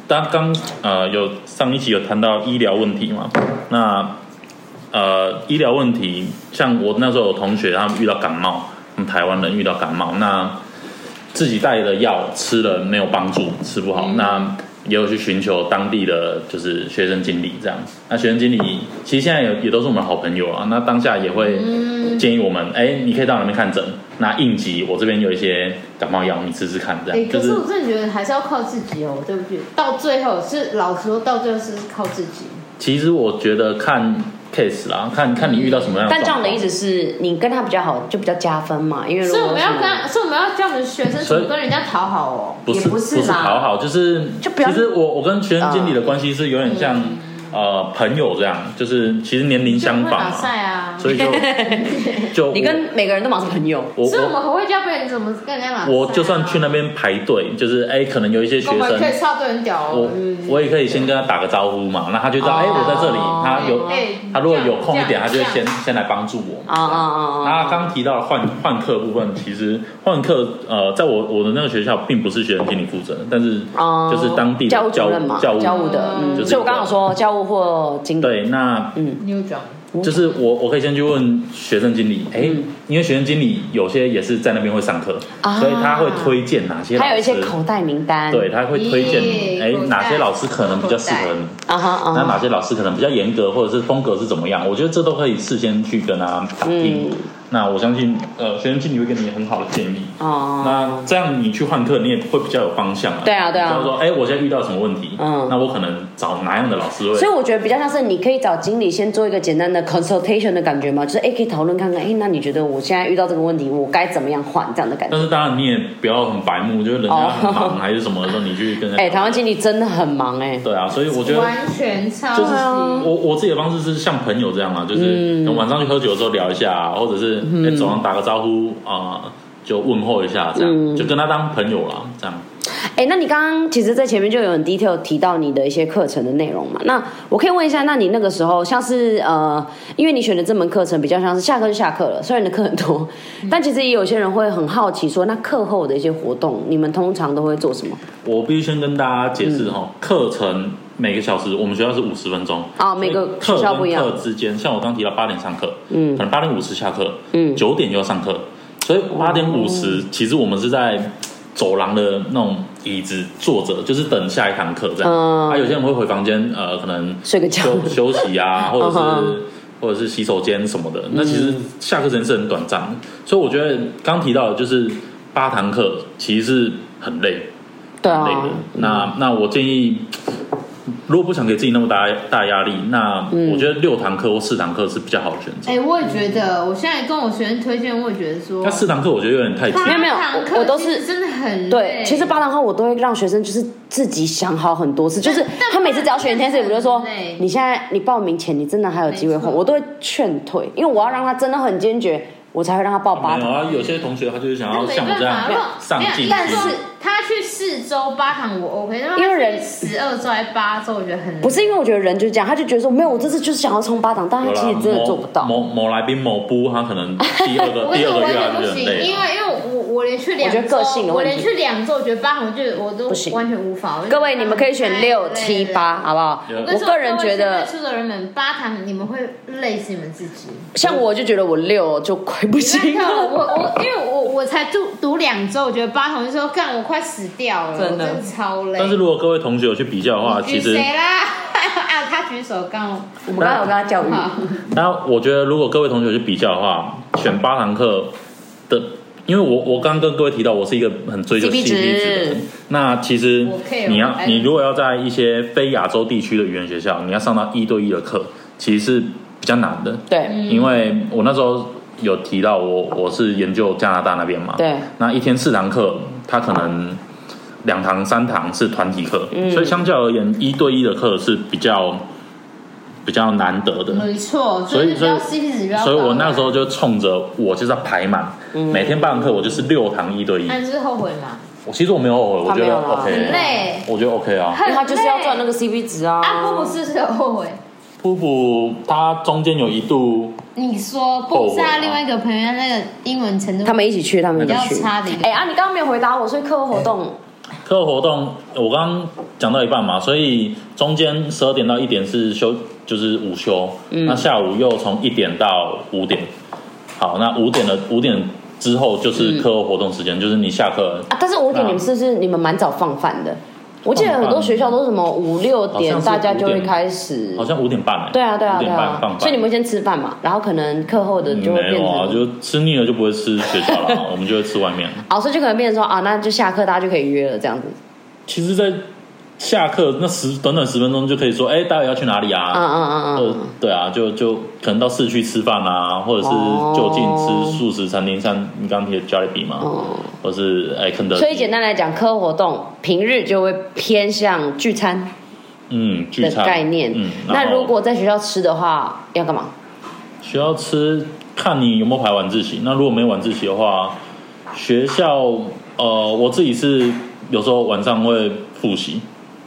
B: 刚刚呃有上一期有谈到医疗问题嘛，那呃医疗问题，像我那时候有同学他们遇到感冒，他们台湾人遇到感冒，那自己带的药吃了没有帮助，吃不好，那也有去寻求当地的就是学生经理这样。那学生经理其实现在也也都是我们的好朋友啊，那当下也会建议我们，哎、你可以到那边看诊。那应急，我这边有一些感冒药，你吃吃看，这
C: 哎，
B: 样就
C: 可
B: 是
C: 是我真的觉得还是要靠自己哦，对不对？到最后是老实说，到最后是靠自己。
B: 其实我觉得看 case 啦，看看你遇到什么样的
A: 但
B: 状况。
A: 这样的意思是你跟他比较好，就比较加分嘛，因为如
C: 所
A: 果
C: 以我们
A: 什
C: 要
A: 么
C: 跟，所以我们要叫我们学生
B: 所以
C: 怎么跟人家讨好哦。
B: 不
A: 也
B: 是
A: 不是
B: 不是
A: 啦
B: 讨好，就是
A: 就不要
B: 其实我我跟学生经理的关系是有点像、呃朋友这样，就是其实年龄相
C: 就会
B: 仿
C: 打
B: 嘛，
C: 赛啊，
B: 所
A: <laughs>
B: 以就就
A: 你跟每个人都忙成朋友，
B: 我
C: 所以我
B: 我
C: 们很会教别人怎么跟人家打赛啊。
B: 我我就算去那边排队，就是哎、可能有一些学
C: 跟我们可以
B: 生。
C: 插队很屌
B: 我
C: 哦。
B: 我也可以先跟他打个招呼嘛，那他就知道，
A: 哦
B: 哎、我在这里，他有、
C: 哎
B: 他如果有空一
C: 这
B: 点，
C: 样
B: 他就会
C: 这
B: 先先来帮助我。
A: 啊啊啊
B: 那
A: 啊！
B: 刚提到换换课部分，其实换课呃，在我我的那个学校并不是学生经理负责，但是
A: 哦
B: 就是当地的
A: 教务主
B: 教
A: 任嘛，
B: 教务
A: 教务的，
B: 就
A: 嗯，
B: 是
A: 所以我刚刚有说教务或经理，
B: 对，那
C: 扭转。
B: 就是我我可以先去问学生经理，哎、因为学生经理有些也是在那边会上课，
A: 嗯啊
B: 所以他会推荐哪些老师，
A: 还有一些口袋名单，
B: 对，他会推荐你，
C: 咦
B: 哎、
C: 口袋
B: 哪些老师可能比较适合你，
A: 啊哈啊
B: 那
A: 哈，
B: 哪些老师可能比较严格，或者是风格是怎么样，我觉得这都可以事先去跟他打听。
A: 嗯
B: 那我相信，呃，学生经理会给你很好的建议。
A: 哦，
B: 那这样你去换课，你也会比较有方向啊。
A: 对啊对啊
B: 就是说，哎、我现在遇到什么问题，
A: 嗯
B: 那我可能找哪样的老师会
A: 所以我觉得比较像是你可以找经理先做一个简单的 consultation 的感觉嘛，就是哎可以讨论看看，哎那你觉得我现在遇到这个问题，我该怎么样换这样的感觉？
B: 但是当然你也不要很白目，就是人家很忙
A: 哦
B: 还是什么的时候，你去跟人家。
A: <laughs> 哎，台湾经理真的很忙哎，
B: 对啊，所以我觉得
C: 完全超
B: 就是
C: 级。
A: 啊
B: 我我自己的方式是像朋友这样啊，就是
A: 嗯
B: 可能晚上去喝酒的时候聊一下、啊，或者是哎走廊打个招呼啊、就问候一下，这
A: 嗯
B: 样就跟他当朋友啦，这样。
A: 哎，那你刚刚其实，在前面就有很 detail 提到你的一些课程的内容嘛？那我可以问一下，那你那个时候像是呃，因为你选的这门课程比较像是下课就下课了，虽然你的课很多，但其实也有些人会很好奇说，那课后的一些活动，你们通常都会做什么？
B: 我必须先跟大家解
A: 嗯
B: 释哈，课程每个小时我们学校是五十分钟
A: 哦每个
B: 所以
A: 学校不一样
B: 课跟课之间，像我刚提到八点上课，嗯，可能八点五十下课，嗯，九点就要上课，所以八点五
A: 哦
B: 十其实我们是在走廊的那种椅子坐着，就是等下一堂课这样。
A: 嗯
B: 啊，有些人会回房间，呃，可能
A: 睡个觉
B: <laughs> 休休息啊，或者是、
A: 嗯哼嗯
B: 或者是洗手间什么的。那其实下课时间是很短暂的，所以我觉得刚提到的就是八堂课其实是很累。
A: 对
B: 累
A: 啊
B: 的。。那那我建议，如果不想给自己那么大大压力，那
A: 嗯
B: 我觉得六堂课或四堂课是比较好的选择。
C: 哎，我也觉得，我现在跟我学生推荐，我也觉得说
B: 那，四堂课我觉得有点太紧，
A: 没有没有
C: 八堂课
A: 我我都是
C: 其实真的很
A: 对，
C: 累
A: 其实八堂课我都会让学生就是自己想好很多次，就是
C: 但
A: 他每次只要选一天事，我就说
C: 很累
A: 你现在你报名前你真的还有机会
C: 没错
A: 换，我都会劝退，因为我要让他真的很坚决，我才会让他报八
B: 没有
A: 堂。
B: 啊，有些同学他就是想
C: 那
B: 要
C: 没
B: 像我
C: 办
B: 这样
C: 法，如果
B: 上
C: 没有
B: 进
C: 应
B: 心，
C: 该说他去四周八堂我 OK，但
A: 因为人
C: 十二周还八周，我觉得很
A: 不是因为我觉得人就是这样，他就觉得说没有，我这次就是想要冲八档，但他
B: 有啦
A: 其实真的做不到。
B: 某某某来宾某部，他可能第二个
C: <laughs> 我
B: 呃
C: 跟
B: 第
C: 你
B: 二
C: 说，
B: 个
C: 我完
B: 月
C: 全
B: 他
C: 不
B: 就
C: 行，
B: 很累
C: 因为因
B: 了。
C: 为我我连去两
A: 我觉得
C: 周
A: 个性，的
C: 我
A: 问题
C: 连去两周，我觉得八堂就我都
A: 不行
C: 完全无法。我就觉得
A: 各位，你们可以选六七八，好不好
B: 有？
C: 八堂太累了。
A: 我个人觉
C: 各位
A: 得
C: 现在，出的人们八堂，你们会累死你们自己。
A: 像我就觉得我六就快不
C: 你
A: 行
C: 看
A: 了。
C: 我我因为我我才读读两周，我觉得八堂就说干，我快死掉了，
A: 真的
C: 我真的超累。
B: 但是如果各位同学有去比较的话，
C: 你举
B: 其实
C: 谁啦？ <laughs> 啊，他举手干我。
A: 我们刚才有跟他教育，
B: 嗯
C: 好
B: 那我觉得，如果各位同学去比较的话，选八堂课的，因为我我刚刚跟各位提到，我是一个很追求
A: CP
B: CP 值的人
A: 值。
B: 那其实
C: 我 care，
B: 你
C: 我
B: 要
C: 还
B: 你如果要在一些非亚洲地区的语言学校，你要上到一对一的课，其实是比较难的。
A: 对
B: 因为我那时候有提到我我是研究加拿大那边嘛，
A: 对，
B: 那一天四堂课，他可能两堂三堂是团体课，
A: 嗯
B: 所以相较而言，一对一的课是比较比较难得的。
A: 嗯
C: 没错，
B: 所以
C: 就
B: 所以
C: 是比较 CP 值比较高。
B: 所以我那时候就冲着我就是要排满，
A: 嗯
B: 每天半课我就是六堂一对一
C: 那。你是后悔吗？
B: 我其实我没有后悔，我
A: 他
B: 觉
A: 没有
B: 得
A: 啦
B: OK，
C: 很累
B: 我觉得 OK 啊。
A: 因为他就是要赚那
C: <laughs>
A: 个啊 CP 值啊。
C: 哎阿波不是是后悔。
B: 噗噗，他中间有一度
C: 你说
B: 后
C: 不
B: 悔
C: 是
B: 啊
C: 他另外一个朋友，他那个英文程度
A: 他们一起去，他们
C: 比
A: 一
C: 较
A: 起去。
C: 差的一个
A: 哎。啊，你刚刚没有回答我，所以课后活动
B: 课后活动，我刚刚讲到一半嘛，所以中间十二点到一点是休，就是午休。
A: 嗯
B: 那下午又从一点到五点。好，那五点的五点之后
A: 嗯
B: 就是课后活动时间，就是你下课
A: 啊，但是五点
B: 啊
A: 你们是不是你们蛮早放饭的？我记得
B: 放饭
A: 很多学校都是什么五六点
B: 好像是
A: 大家就
B: 5
A: 会
B: 点
A: 开始。
B: 好像五点半、欸。
A: 对啊，对啊，
B: 五
A: 对
B: 点半放
A: 啊
B: 饭。。
A: 所以你们会先吃饭嘛，然后可能课后的就会
B: 没
A: 变
B: 有啊，
A: 成。
B: 就吃腻了就不会吃学校
A: <laughs>
B: 了，我们就会吃外面。
A: 哦，所以就可能变成说啊，那就下课大家就可以约了这样子。
B: 其实，在下课那十短短十分钟就可以说，哎、待会要去哪里
A: 嗯
B: 啊？
A: 嗯嗯
B: 呃
A: 嗯嗯。，
B: 对啊，就就可能到市区吃饭啊，或者是
A: 哦
B: 就近吃素食餐厅，像你刚刚提的 Jollibee 嘛，
A: 哦
B: 或是哎肯德基。
A: 所以简，单来讲，课后活动平日就会偏向聚餐
B: 嗯，聚
A: 的
B: 餐
A: 概念。
B: 嗯，然
A: 那
B: 后
A: 如果在学校吃的话，要干嘛？
B: 学校吃，看你有没有排晚自习。那如果没晚自习的话，学校呃，我自己是有时候晚上会复习。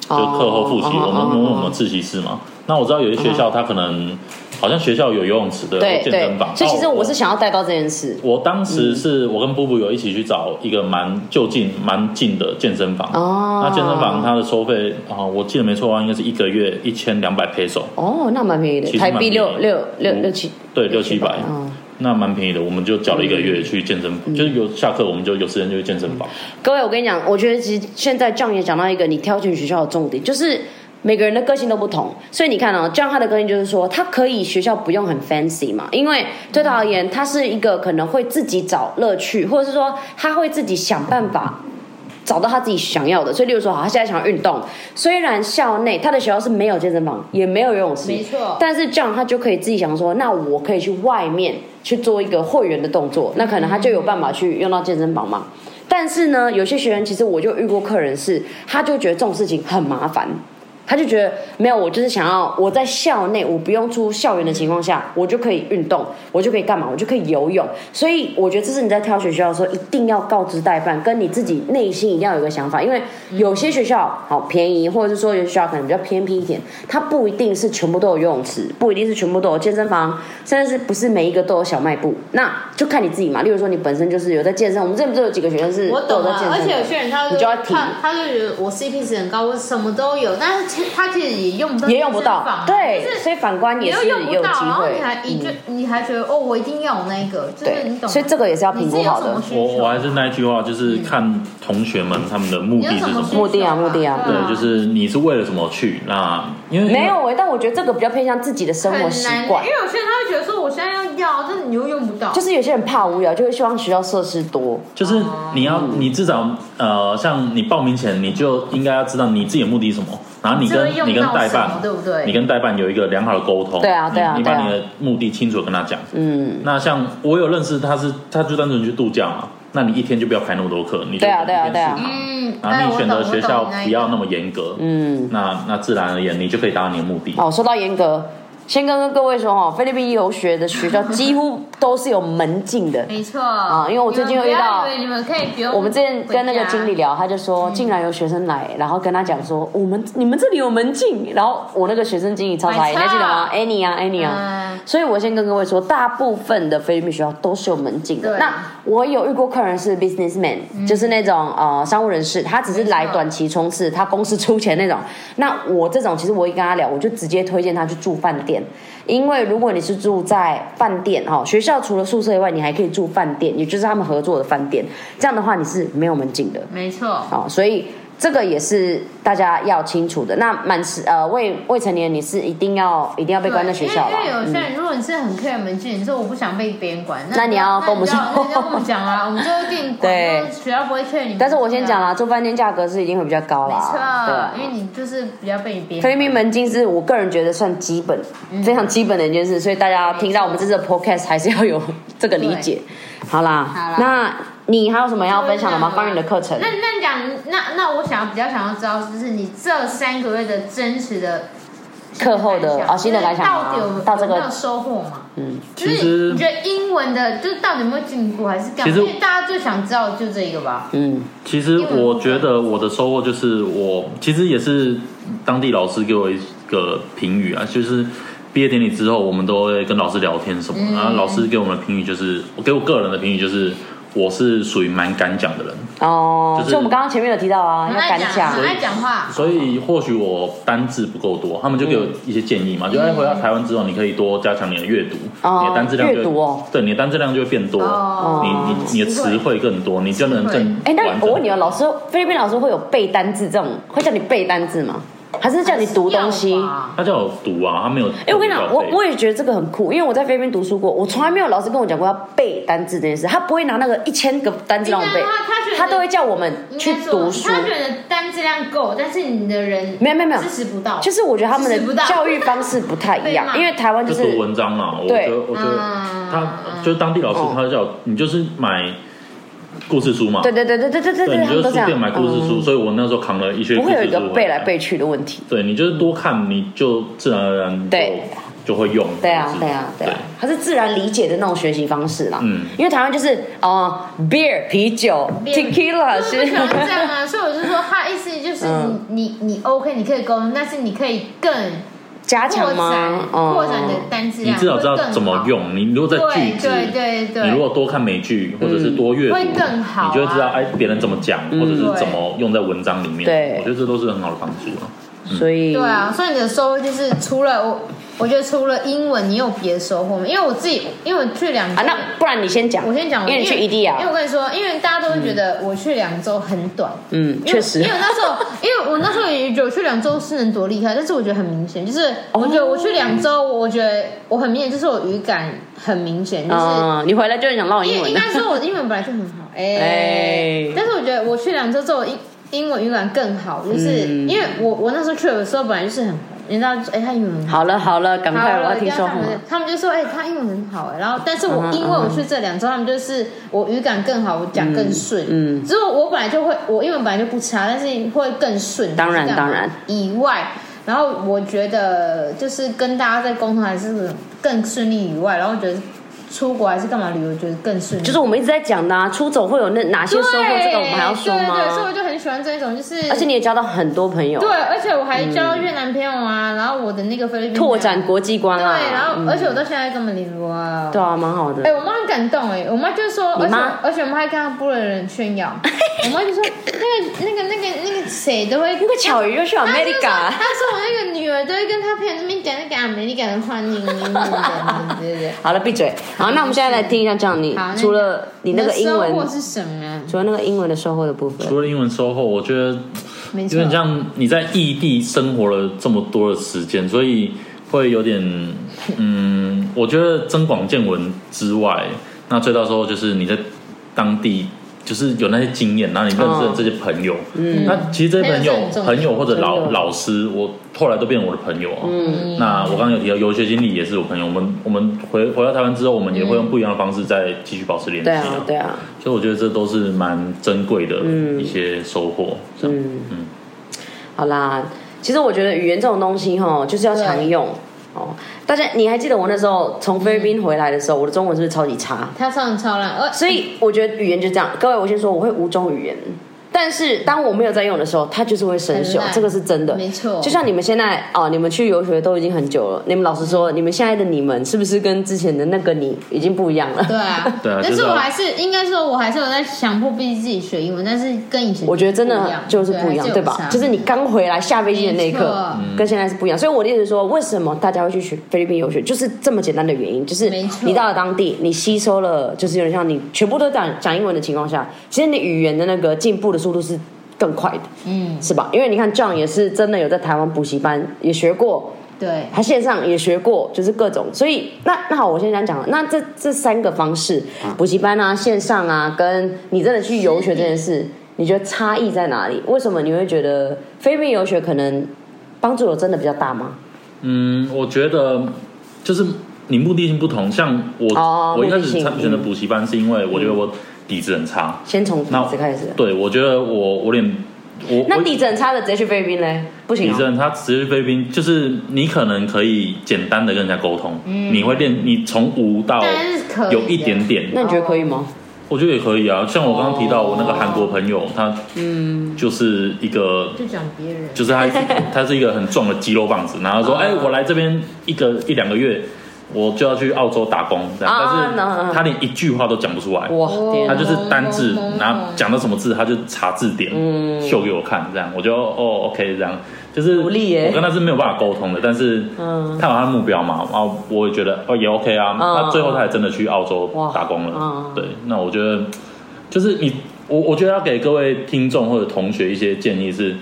B: 就课后复习，
A: 哦嗯
B: 我们因为我们自习室嘛。那我知道有些学校它可能好像学校有游泳池的
A: 对
B: 健身
A: 对
B: 房，，哦
A: 所以其实
B: 那
A: 我是想要带到这件事。
B: 我当时是我跟布布有一起去找一个蛮就近蛮近的健身房。
A: 哦
B: 那健身房它的收费啊，我记得没错的话，应该是一个月一千两百 peso，
A: 哦，那蛮便宜的
B: 其，实
A: 台
B: 蛮便
A: 币
B: 宜
A: 六六六
B: 嗯
A: 六七，
B: 对，六七百，
A: 嗯，
B: 那蛮便宜的。我们就缴了一个月去健身房，就是有下课我们就有时间就去健身房。
A: 各位，我跟你讲，我觉得其实现在 John 也讲到一个你挑选学校的重点，就是每个人的个性都不同，所以你看哦、，John 他的个性就是说，他可以学校不用很 fancy 嘛，因为对他而言，他是一个可能会自己找乐趣，或者是说他会自己想办法找到他自己想要的。所以，例如说，好，他现在想要运动，虽然校内他的学校是没有健身房，也没有游泳池，
C: 没错
A: 但是这样他就可以自己想说，那我可以去外面去做一个会员的动作，那可能他就有办法去用到健身房嘛。但是呢，有些学员其实我就遇过客人是，他就觉得这种事情很麻烦。他就觉得没有，我就是想要我在校内，我不用出校园的情况下，我就可以运动，我就可以干嘛，我就可以游泳。所以我觉得这是你在挑选学校的时候一定要告知代办，跟你自己内心一定要有一个想法，因为有些学校好便宜，或者是说有些学校可能比较偏僻一点，它不一定是全部都有游泳池，不一定是全部都有健身房，甚至是不是每一个都有小卖部，那就看你自己嘛。例如说你本身就是有在健身，我们这不是有几个学生是
C: 我
A: 都有
C: 懂
A: 在健
C: 啊，
A: 身的，
C: 而且有些人他
A: 你就要提
C: 他他就觉得我 CP 值很高，我什么都有，但是其实他其实也用不到，
A: 也用不到，对，
C: 啊就是
A: 所以反观
C: 你
A: 也
C: 又
A: 是
C: 用不
A: 有
C: 到，
A: 机
C: 然后
A: 会嗯
C: 你。还你就你还觉得哦，我一定要有那一个，就是你
A: 对，
C: 懂吗，
A: 所以这个也是要评估好的
C: 你。是
B: 我
C: 有什
B: 我还
C: 么需求？
B: 是那一句话，就是看同学们他们的目
C: 你
B: 的
C: 有
B: 是
C: 什
B: 什
C: 么
B: 么
C: 需。求
A: 目的啊目的啊
C: 嗯
B: 对，就是你是为了什么去？那因为
A: 没有哎、但我觉得这个比较偏向自己的生
C: 很
A: 活
C: 难，
A: 习惯
C: 因，为有些人他会觉得说我现在要要，但是你又用不到，
A: 就是有些人怕无聊，就会希望学校设施多。
B: 就是你要，你至少呃，像你报名前，你就应该要知道你自己的目的是什么，然后你跟
C: 你这个
B: 你
C: 用
B: 跟
C: 到
B: 代
C: 什
B: 办
C: 么，对不对
B: 你跟代办有一个良好的沟通，
A: 对啊对啊
B: 你你
A: 对
B: 把
A: 啊
B: 你的目的清楚地跟他讲。
A: 嗯，
B: 那像我有认识，他是他就单纯去度假嘛，那你一天就不要排那么多课，你就
A: 对啊对啊
B: 一天
A: 对啊
B: 四堂
C: 嗯，哎
B: 然后你
C: 我
B: 选
C: 懂
B: 择
C: 我
B: 学
C: 懂哎
B: 校
C: 你那一
B: 不
C: 个
B: 要那么严格，
A: 嗯，哦
B: 那那自然而然你就可以达到你的目的。
A: 哦，说到严格，先跟各位说哈，菲律宾游学的学校几乎都是有门禁的。
C: 没错
A: 啊因为我最近又遇到
C: 你们不要以为你们可以不用。
A: 我们之前跟那个经理
C: 聊，
A: 聊，他就
C: 嗯
A: 说，竟然有学生来，然后跟他讲说，我们你们这里有门禁，然后我那个学生经理超傻眼，你
C: 没
A: 还
C: 错
A: 记得吗？Annie 啊，Annie 啊
C: 嗯，
A: 所以我先跟各位说，大部分的菲律宾学校都是有门禁的。
C: 对嗯
A: 那我有遇过客人是 businessman，就是那种呃商务人士，他只是来
C: 没错
A: 短期冲刺，他公司出钱那种。那我这种其实我一跟他聊，我就直接推荐他去住饭店。因为如果你是住在饭店哈，学校除了宿舍以外，你还可以住饭店，也就是他们合作的饭店。这样的话，你是没有门禁的。
C: 没错，
A: 哦，所以这个也是大家要清楚的。那满十呃未未成年你是一定要一定要被关在学校
C: 对因为因为
A: 了嗯
C: 有，些人，如果你是很 care 门禁，你说我不想被别人管，
A: 那你要跟我们
C: 那你
A: 说
C: 就那你就跟我们讲啊，我们就一定管
A: 对
C: 就是学校不会 care 你们。
A: 但是我先讲，啦，住饭店价格是一定会比较高
C: 嗯没错，
A: 啦，对
C: 因
A: 啊。
C: 为你就是比较被你别人
A: 菲律宾门禁是我个人觉得算基本、
C: 嗯
A: 非常基本的一件事，所以大家听到我们这次的 podcast 还是要有这个理解。好啦，
C: 好啦
A: 那你还有什么要分享的吗？
C: 就是这
A: 关
C: 样
A: 于你的课程
C: 那？那你讲，那那我想要比较想要知道，就是你这三个月的真实的
A: 课后的
C: 啊
A: 哦，新的感想
C: 到底有
A: 吗？到这
C: 有没有
A: 个，
C: 收获吗？
A: 嗯，
C: 就是
B: 其实
C: 你觉得英文的，就是到底有没有进步，还是干
B: 其
C: 嘛？
B: 实
C: 因为大家最想知道的就这一个吧。
A: 嗯，
B: 其实我觉得我的收获就是我，其实也是当地老师给我一个评语啊，就是毕业典礼之后，我们都会跟老师聊天什么，
C: 嗯
B: 然后老师给我们的评语就是，我给我个人的评语就是，我是属于蛮敢讲的人，
A: 哦，
B: 就是
A: 所以我们刚刚前面有提到啊，
C: 很
A: 要
C: 爱
A: 敢
C: 讲，
A: 讲
C: 很，爱讲话。
B: 所以或许我单字不够多，他们就给我一些建议嘛，就哎回到台湾之后，你可以多加强你的阅读，
A: 嗯哦
B: 你的单字量就
A: 阅读哦嗯
B: 对，你的单字量就会变多，
C: 哦
B: 你你你的词汇更多，你就能
C: 词汇
B: 更
A: 哎、那
B: 完
A: 我
B: 整
A: 问你哦，老师，菲律宾老师会有背单字这种，会叫你背单字吗？还是叫你读东西？
C: 要吧
B: 他叫我读啊，他没有。哎
A: 哎、我跟你讲，我我也觉得这个很酷，因为我在菲律宾读书过，我从来没有老师跟我讲过要背单字这件事，他不会拿那个一千个单字让我背
C: 应该啊他他觉，得
A: 他都会叫我们
C: 应
A: 去
C: 该说
A: 读书。
C: 他觉得单质量够，但是你的人
A: 没有没有没有
C: 支持不到，
A: 就是我觉得他们
C: 支持不
A: 的
C: 到
A: 教育
C: <laughs>
A: 方式不太一样
C: 被，骂
A: 因为台湾
B: 就
A: 就是
B: 读文章啊，我觉
A: 对
B: 得我觉得
C: 嗯
B: 他就是当地老师
A: 哦，
B: 他就叫我你就是买故事书嘛，
A: 对对对对对对对
B: 对，
A: 对，
B: 你
A: 他
B: 就
A: 们
B: 是
A: 都
B: 书
A: 这样
B: 店买故事书，
A: 嗯
B: 所以我那时候扛了一些
A: 不
B: 故
A: 会有一
B: 事
A: 个
B: 书。
A: 背来，背去的问题。
B: 对你就是多看，你就自然而然就
A: 对
B: 就会用。
A: 对啊
B: 这样，子
A: 对啊，对啊，它是自然理解的那种学习方式啦。
B: 嗯
A: 因为台湾就是呃，beer 啤酒
C: Beer
A: ，tequila
C: 我不喜欢这样
A: 是，
C: 啊，所以我就说他意思就是你、
A: 嗯
C: 你你 OK，你可以沟通，但是你可以更
A: 加
C: 扩
A: 强
C: 展
A: 吗？哦
C: 扩展你的单质
B: 你
C: 量，
B: 至少知道怎么用。你如果
C: 会
B: 在
C: 更好。
B: 句子，
C: 对对对
B: 你如
C: 对，
B: 果多看美剧或者是多阅读，
C: 会更好啊
B: 你就会知道哎别人怎么讲，或者是
C: 对
B: 怎么用在文章里
A: 嗯
B: 面。
A: 对
B: 我觉得这都是很好的帮助啊。
A: 所以
C: 对啊，所以你的收获就是除了我，我觉得除了英文，你有别的收获吗？因为我自己，因为我去两
A: <laughs> 啊，那不然你先讲，
C: 我先讲，
A: 因为你去异地
C: 因为
A: 啊，
C: 我跟你说，因为大家都会觉得我去两周很短，
A: 嗯，
C: 因为
A: 确实
C: 因为，我那时候，因为我那时候也有去两周是能多厉害，但是我觉得很明显，就是我觉得我去两周，我觉得我很明显，
A: 哦
C: 就是我语感很明显，就是。
A: 嗯，你回来就很想唠英
C: 因为
A: 文
C: 应
A: 的，
C: 该说我英文本来就很好，
A: <laughs>
C: 哎、
A: 哎
C: 但是我觉得我去两周之后，英英文语感更好，就是、
A: 嗯
C: 因为我我那时候去的时候本来就是很，人家说哎、他英文很好。
A: 好了好了，赶快
C: 好，
A: 我要听
C: 然
A: 说
C: 后他
A: 好
C: 们
A: 了，
C: 他们就说，哎、他英文很好哎、然后但是我
A: 嗯哼
C: 因为我去这两周，他们就是我语感更好，我讲更顺，
A: 嗯嗯
C: 之后我本来就会，我英文本来就不差，但是会更顺，
A: 当然
C: 就是这样
A: 当然
C: 以外，然后我觉得就是跟大家在沟通还是更顺利以外，然后觉得出国还是干嘛旅游，觉得更顺利，
A: 就是我们一直在讲的啊，出走会有那哪些
C: 对
A: 收获，这个我们还要说
C: 对对，所以我
A: 吗？
C: 就很喜欢这一种，就是
A: 而且你也交到很多朋友
C: 对，，而且我还交越南朋友啊，然后我的那个菲律宾
A: 拓
C: 朋友
A: 展国际观
C: 对，
A: 啊，
C: 然后、
A: 嗯
C: 而且我到现在还跟他们联络啊。
A: 对啊，蛮好
C: 哎、
A: 的，
C: 我妈很感动哎、我妈就说，
A: 你
C: 而且
A: 妈
C: 而且我们还跟她部落的人炫
A: <laughs>
C: 耀，我妈就说那个那个那个那个谁都会
A: 那个巧鱼就去
C: 她就说
A: America
C: 她。说我那个女儿都会跟她朋友那边讲那个阿美利港的话，你你你你对对
A: 好了，闭嘴。好，那我们现在来听一下这样你
C: 对，好，
A: 除了你那个英
C: 你的收
A: 文
C: 获，是什么啊？
A: 除了那个英文的收获的部分，
B: 除了英文收获，我觉得
C: 没
B: 有
C: 错，
B: 点像你在异地生活了这么多的时间，所以会有点，嗯，我觉得增广见闻之外，那最大收获就是你在当地。就是有那些经验，然后你认识了这些朋友，嗯，那其实这些朋友
C: 那个是很重、要
B: 朋友或者
A: 真
B: 老
A: 的
B: 老师，我后来都变我的朋友啊。嗯，那我刚刚有提到游学经理也是我朋友，我们我们回回到台湾之后，我们也会用不一样的方式再继续保持联系
A: 对啊，对啊，
B: 所以我觉得这都是蛮珍贵的一些收获。嗯，
A: 好啦。其实我觉得语言这种东西哈，就是要常用。哦，大家你还记得我那时候从菲律宾回来的时候，我的中文是不是超级差？
C: 他唱超烂，呃，
A: 所以我觉得语言就这样。各位，我先说我会五种语言，但是当我没有在用的时候，它就是会生
C: 很
A: 锈
C: 烂，
A: 这个是真的。
C: 没错
A: 就像你们现在哦，你们去游学都已经很久了，你们老实说，你们现在的你们是不是跟之前的那个你已经不一样了？
C: <laughs> 对啊，
B: 对啊就
C: 但
B: 是是
C: 我
B: 要
C: 还是应该说，我还是有在想迫逼自己学英文，但是跟以前
A: 我觉得真
C: 不一
A: 的
C: 样啊
A: 就是不一样，对吧？就是你刚回来下飞机的那一
C: 没
A: 刻
C: 错，
A: 跟现在是不一样。所以我的意思是说，为什么大家会去学菲律宾游学，就是这么简单的原因，就是
C: 没错
A: 你到了当地，你吸收了，就是有点像你全部都讲讲英文的情况下，其实你语言的那个进步的速度是更快的，
C: 嗯，
A: 是吧？因为你看 John 也是真的有在台湾补习班也学过，
C: 对，
B: 哦
A: 他线上也学过，就是各种，所以那那好，我先讲讲，那这这三个方式，补习班啊、线上啊，跟你真的去游学这件事，你觉得差异在哪里？为什么你会觉得菲律宾游学可能帮助有真的比较大吗？
B: 嗯，我觉得就是你目的性不同，像我、
A: 哦
B: 我一开
A: 目的
B: 始
A: 性
B: 参选的补习班是因为我觉得我底子很差，
A: 先从底
B: 那
A: 子开始，
B: 对我觉得我我有点我
A: 那
B: 我
A: 底子很差的直接去菲律宾嘞，不行、
B: 李
A: 哦。
B: 正他直接菲律宾，就是你可能可以简单的跟人家沟通，
A: 嗯
B: 你会练，你从无到
C: 但是可以啊的
B: 有一点点，
A: 那你觉哦得可以吗？
B: 我觉得也可以啊。像我刚刚提到我那个韩国朋友，他嗯就是一个。
C: 就讲别人，
B: 就是他，他是一个很壮的肌肉棒子，然后说：“哎、我来这边一个一两个月，我就要去澳洲打工。”这样，
A: 啊啊
B: 但
A: 啊
B: 是他连一句话都讲不出来，
A: 哇，
C: 哦
A: 天
B: 他
A: 啊
B: 就是单字
C: 哦，
B: 然后讲到什么字，他就查字典，
A: 嗯
B: 秀给我看，这样我就哦，OK，这样就是
A: 努力耶
B: 我跟他是没有办法沟通的，但是他有他的目标嘛，然后我也觉得哦也 OK 啊，
A: 嗯
B: 那最后他也真的去澳洲
A: 哇
B: 打工
A: 嗯
B: 了，对，那我觉得就是你，我我觉得要给各位听众或者同学一些建议是。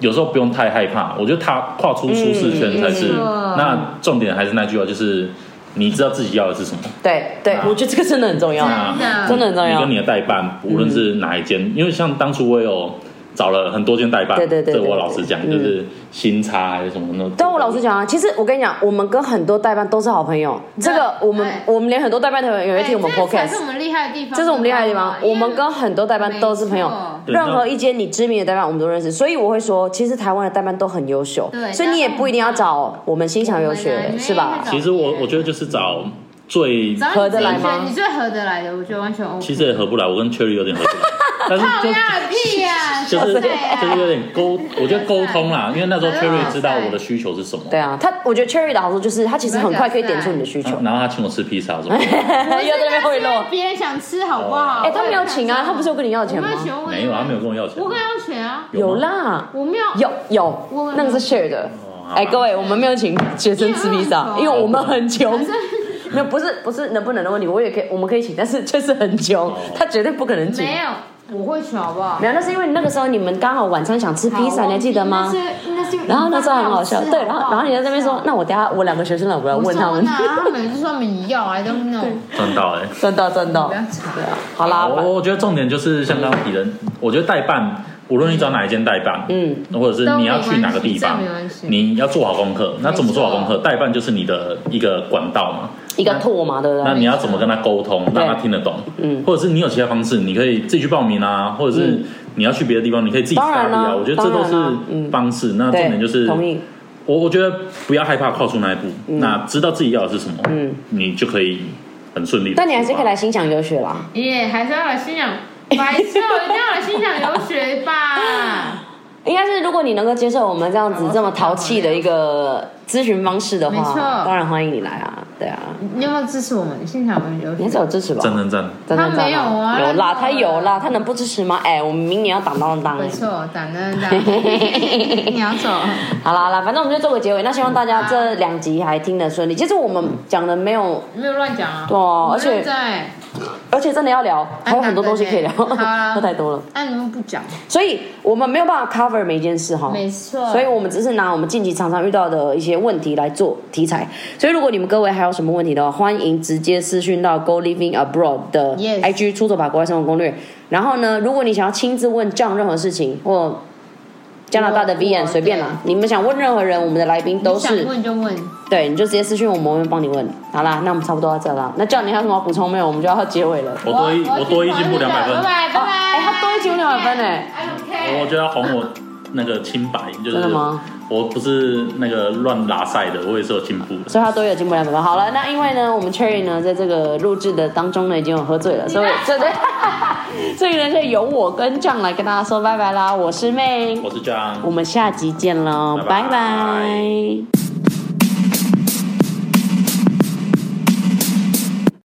B: 有时候不用太害怕，我觉得他跨出舒适圈
A: 嗯
B: 才是。
C: 没错
B: 那重点还是那句话，就是你知道自己要的是什么。
A: 对对，
B: 啊
A: 我觉得这个真的很重要。
C: 真的
A: 真的很重要嗯
B: 你跟你的代办，无论是哪一间，因为像当初我有找了很多间代办，
A: 对对对对
B: 这我老实讲，
A: 对
B: 就是新差还是什么那种。
A: 但我老实讲啊，其实我跟你讲，我们跟很多代办都是好朋友。这个我们
C: 哎
A: 我们连很多代办的朋友也会听我们
C: 哎这才是
A: podcast，
C: 我们厉害的地方，
A: 这是我们厉害的地方。
C: 啊因为
A: 我们跟很多代办都是朋友
C: 没错，
B: 对
A: 任何一间你知名的代办我们都认识，所以我会说，其实台湾的代办都很优秀
C: 对，
A: 所以你也不一定要找我们心想优
C: 我们
A: 学，
C: 来
A: 是吧？
B: 其实
A: 嗯
B: 我我觉得就是找最，
C: 只要你
A: 合得来吗
C: 自己觉你最合得来的，我觉得完全 OK。
B: 其实也合不来，我跟 Cherry 有点合不
C: <laughs>
B: 来，但是
C: 靠
B: 就
C: 呀屁呀，啊
B: 就是
C: 谁
A: <laughs>
C: 呀
B: 就是有点沟，我觉得沟通啦，因为那时候
C: 很好
B: Cherry 知道
C: 在
B: 我的需求是什么，
A: 对啊，他我觉得 Cherry 的好处就是，他其实很快可以点出你的需求
B: 然，后然后他请我吃披萨，我说
A: <laughs>
C: <laughs>
A: 又在那边贿赂。
C: 别人想吃好不好？
A: 哎，他没有请啊，他不是有跟你要钱
C: 我
A: 吗
C: 没？有请，
B: 哦没有，啊他没有跟我要钱
C: 我，跟他要钱啊，
A: 有
B: 吗，
A: 啦，
C: 我没有
A: 有有
C: 我，
A: 那个是 share 的。
B: 哦好吧
A: 哎，各位，我们没有请学生吃披萨，因
C: 因为很穷
A: 为我们很穷
C: 反。正
A: <laughs> 没有，不是不是能不能的问题，我也可以，我们可以请，但是就是很穷
B: 哦，
A: 他绝对不可能请。
C: 没有，我会请好不好？
A: 没有，那是因为那个时候你们刚好晚餐想吃披萨，你还记得吗
C: 那？是那是，
A: 然后那时候很好笑，对，然后然后你在那边说，那我等下我两个学生来，我要
C: 我
A: 问他们
C: 说，那啊他们就说你要，I don't know，
B: 赚到哎。
A: 真的真的
C: 不，要吵。
A: 对啊，好啦，
B: 我哦我觉得重点就是像刚刚提的，我觉得代办，无论你找哪一间代办，
A: 嗯，
B: 或者是你要去哪个地方
C: 都没关系这没关系，
B: 你要做好功课。那怎么做好功课？代办就是你的一个管道嘛。
A: 一个拓嘛，对不
B: 那
A: 对？
B: 你要怎么跟他沟通，
A: 哦对
B: 让他听得懂？
A: 嗯
B: 或者是你有其他方式，你可以自己去报名啊，或者是
A: 嗯
B: 你要去别的地方，你可以自己
A: 当
B: 发
A: 然
B: 力
A: 啦
B: 啊。我觉得这都
A: 当然啦
B: 是
A: 嗯
B: 方式。那重
A: 对，
B: 点就是，
A: 同意，
B: 我我觉得不要害怕跨出那一步，那知道自己要的是什么，
A: 嗯，
B: 你就可以很顺利。
A: 但你还是可以来。心想游学啦。
C: 耶，还是要来欣赏，白痴，哦我一定要来欣赏游学 <laughs> 吧。
A: 应该是，如果你能够接受我们这样子这么淘气的一个咨询方式的
C: 没
A: 话
C: 错，
A: 当然欢迎你来啊，对啊，
C: 你有没有支持我们欣赏游
A: 你还是？
C: 学
A: 有支持吧？
B: 赞赞赞！
A: 真的
C: 他没有啊
A: 有啦，
C: 他
A: 他
C: 没有啊
A: 有啦，他能不支持吗？哎、我们明年要当当当。
C: 没错，胆的胆，你要走。
A: 好啦好啦，反正我们就做个结尾。那希望大家这两集还听得顺利。其实我们讲的没有，
C: 没有乱讲啊！
A: 对啊而且
C: 我们在，
A: 而且真的要聊，还有很多东西可以聊，
C: 好
A: <laughs>
C: 啊
A: 那太多了，
C: 哎，你们不讲，
A: 所以我们没有办法 cover 每一件事哈。
C: 没错。
A: 所以我们只是拿我们近期常常遇到的一些问题来做题材。所以如果你们各位还有什么问题的话，欢迎直接私讯到 Go Living Abroad 的
C: Yes
A: IG 出走吧国外生活攻略。然后呢，如果你想要亲自问 John 任何事情或加拿大的
C: 我
A: Vian
C: 我
A: 随便啦，你们想问任何人，我们的来宾都
C: 你
A: 是
C: 想问就问，
A: 对，你就直接私讯我们，我们帮你问。好啦，那我们差不多到这啦。那 John 你还有什么要补充没有？我们就要结尾了。
B: 我多一我多一进步两百分
C: 拜。拜拜拜。
A: 哎他多一进步200分哎
C: 哎，
B: 我觉得要还我那个清白，就是
A: 真的吗
B: 我不是那个乱拉塞的，我也是有进步的。
A: 所以他都有进步两百分。好了，那因为呢，我们 Cherry 呢，在这个录制的当中呢，已经有喝醉了，
B: <laughs>
A: 所以 <laughs> 这对，所以呢，就由我跟 John 来跟大家说拜拜啦。我是妹，
B: 我是 John，
A: 我们下集见喽，
B: 拜拜
A: 拜拜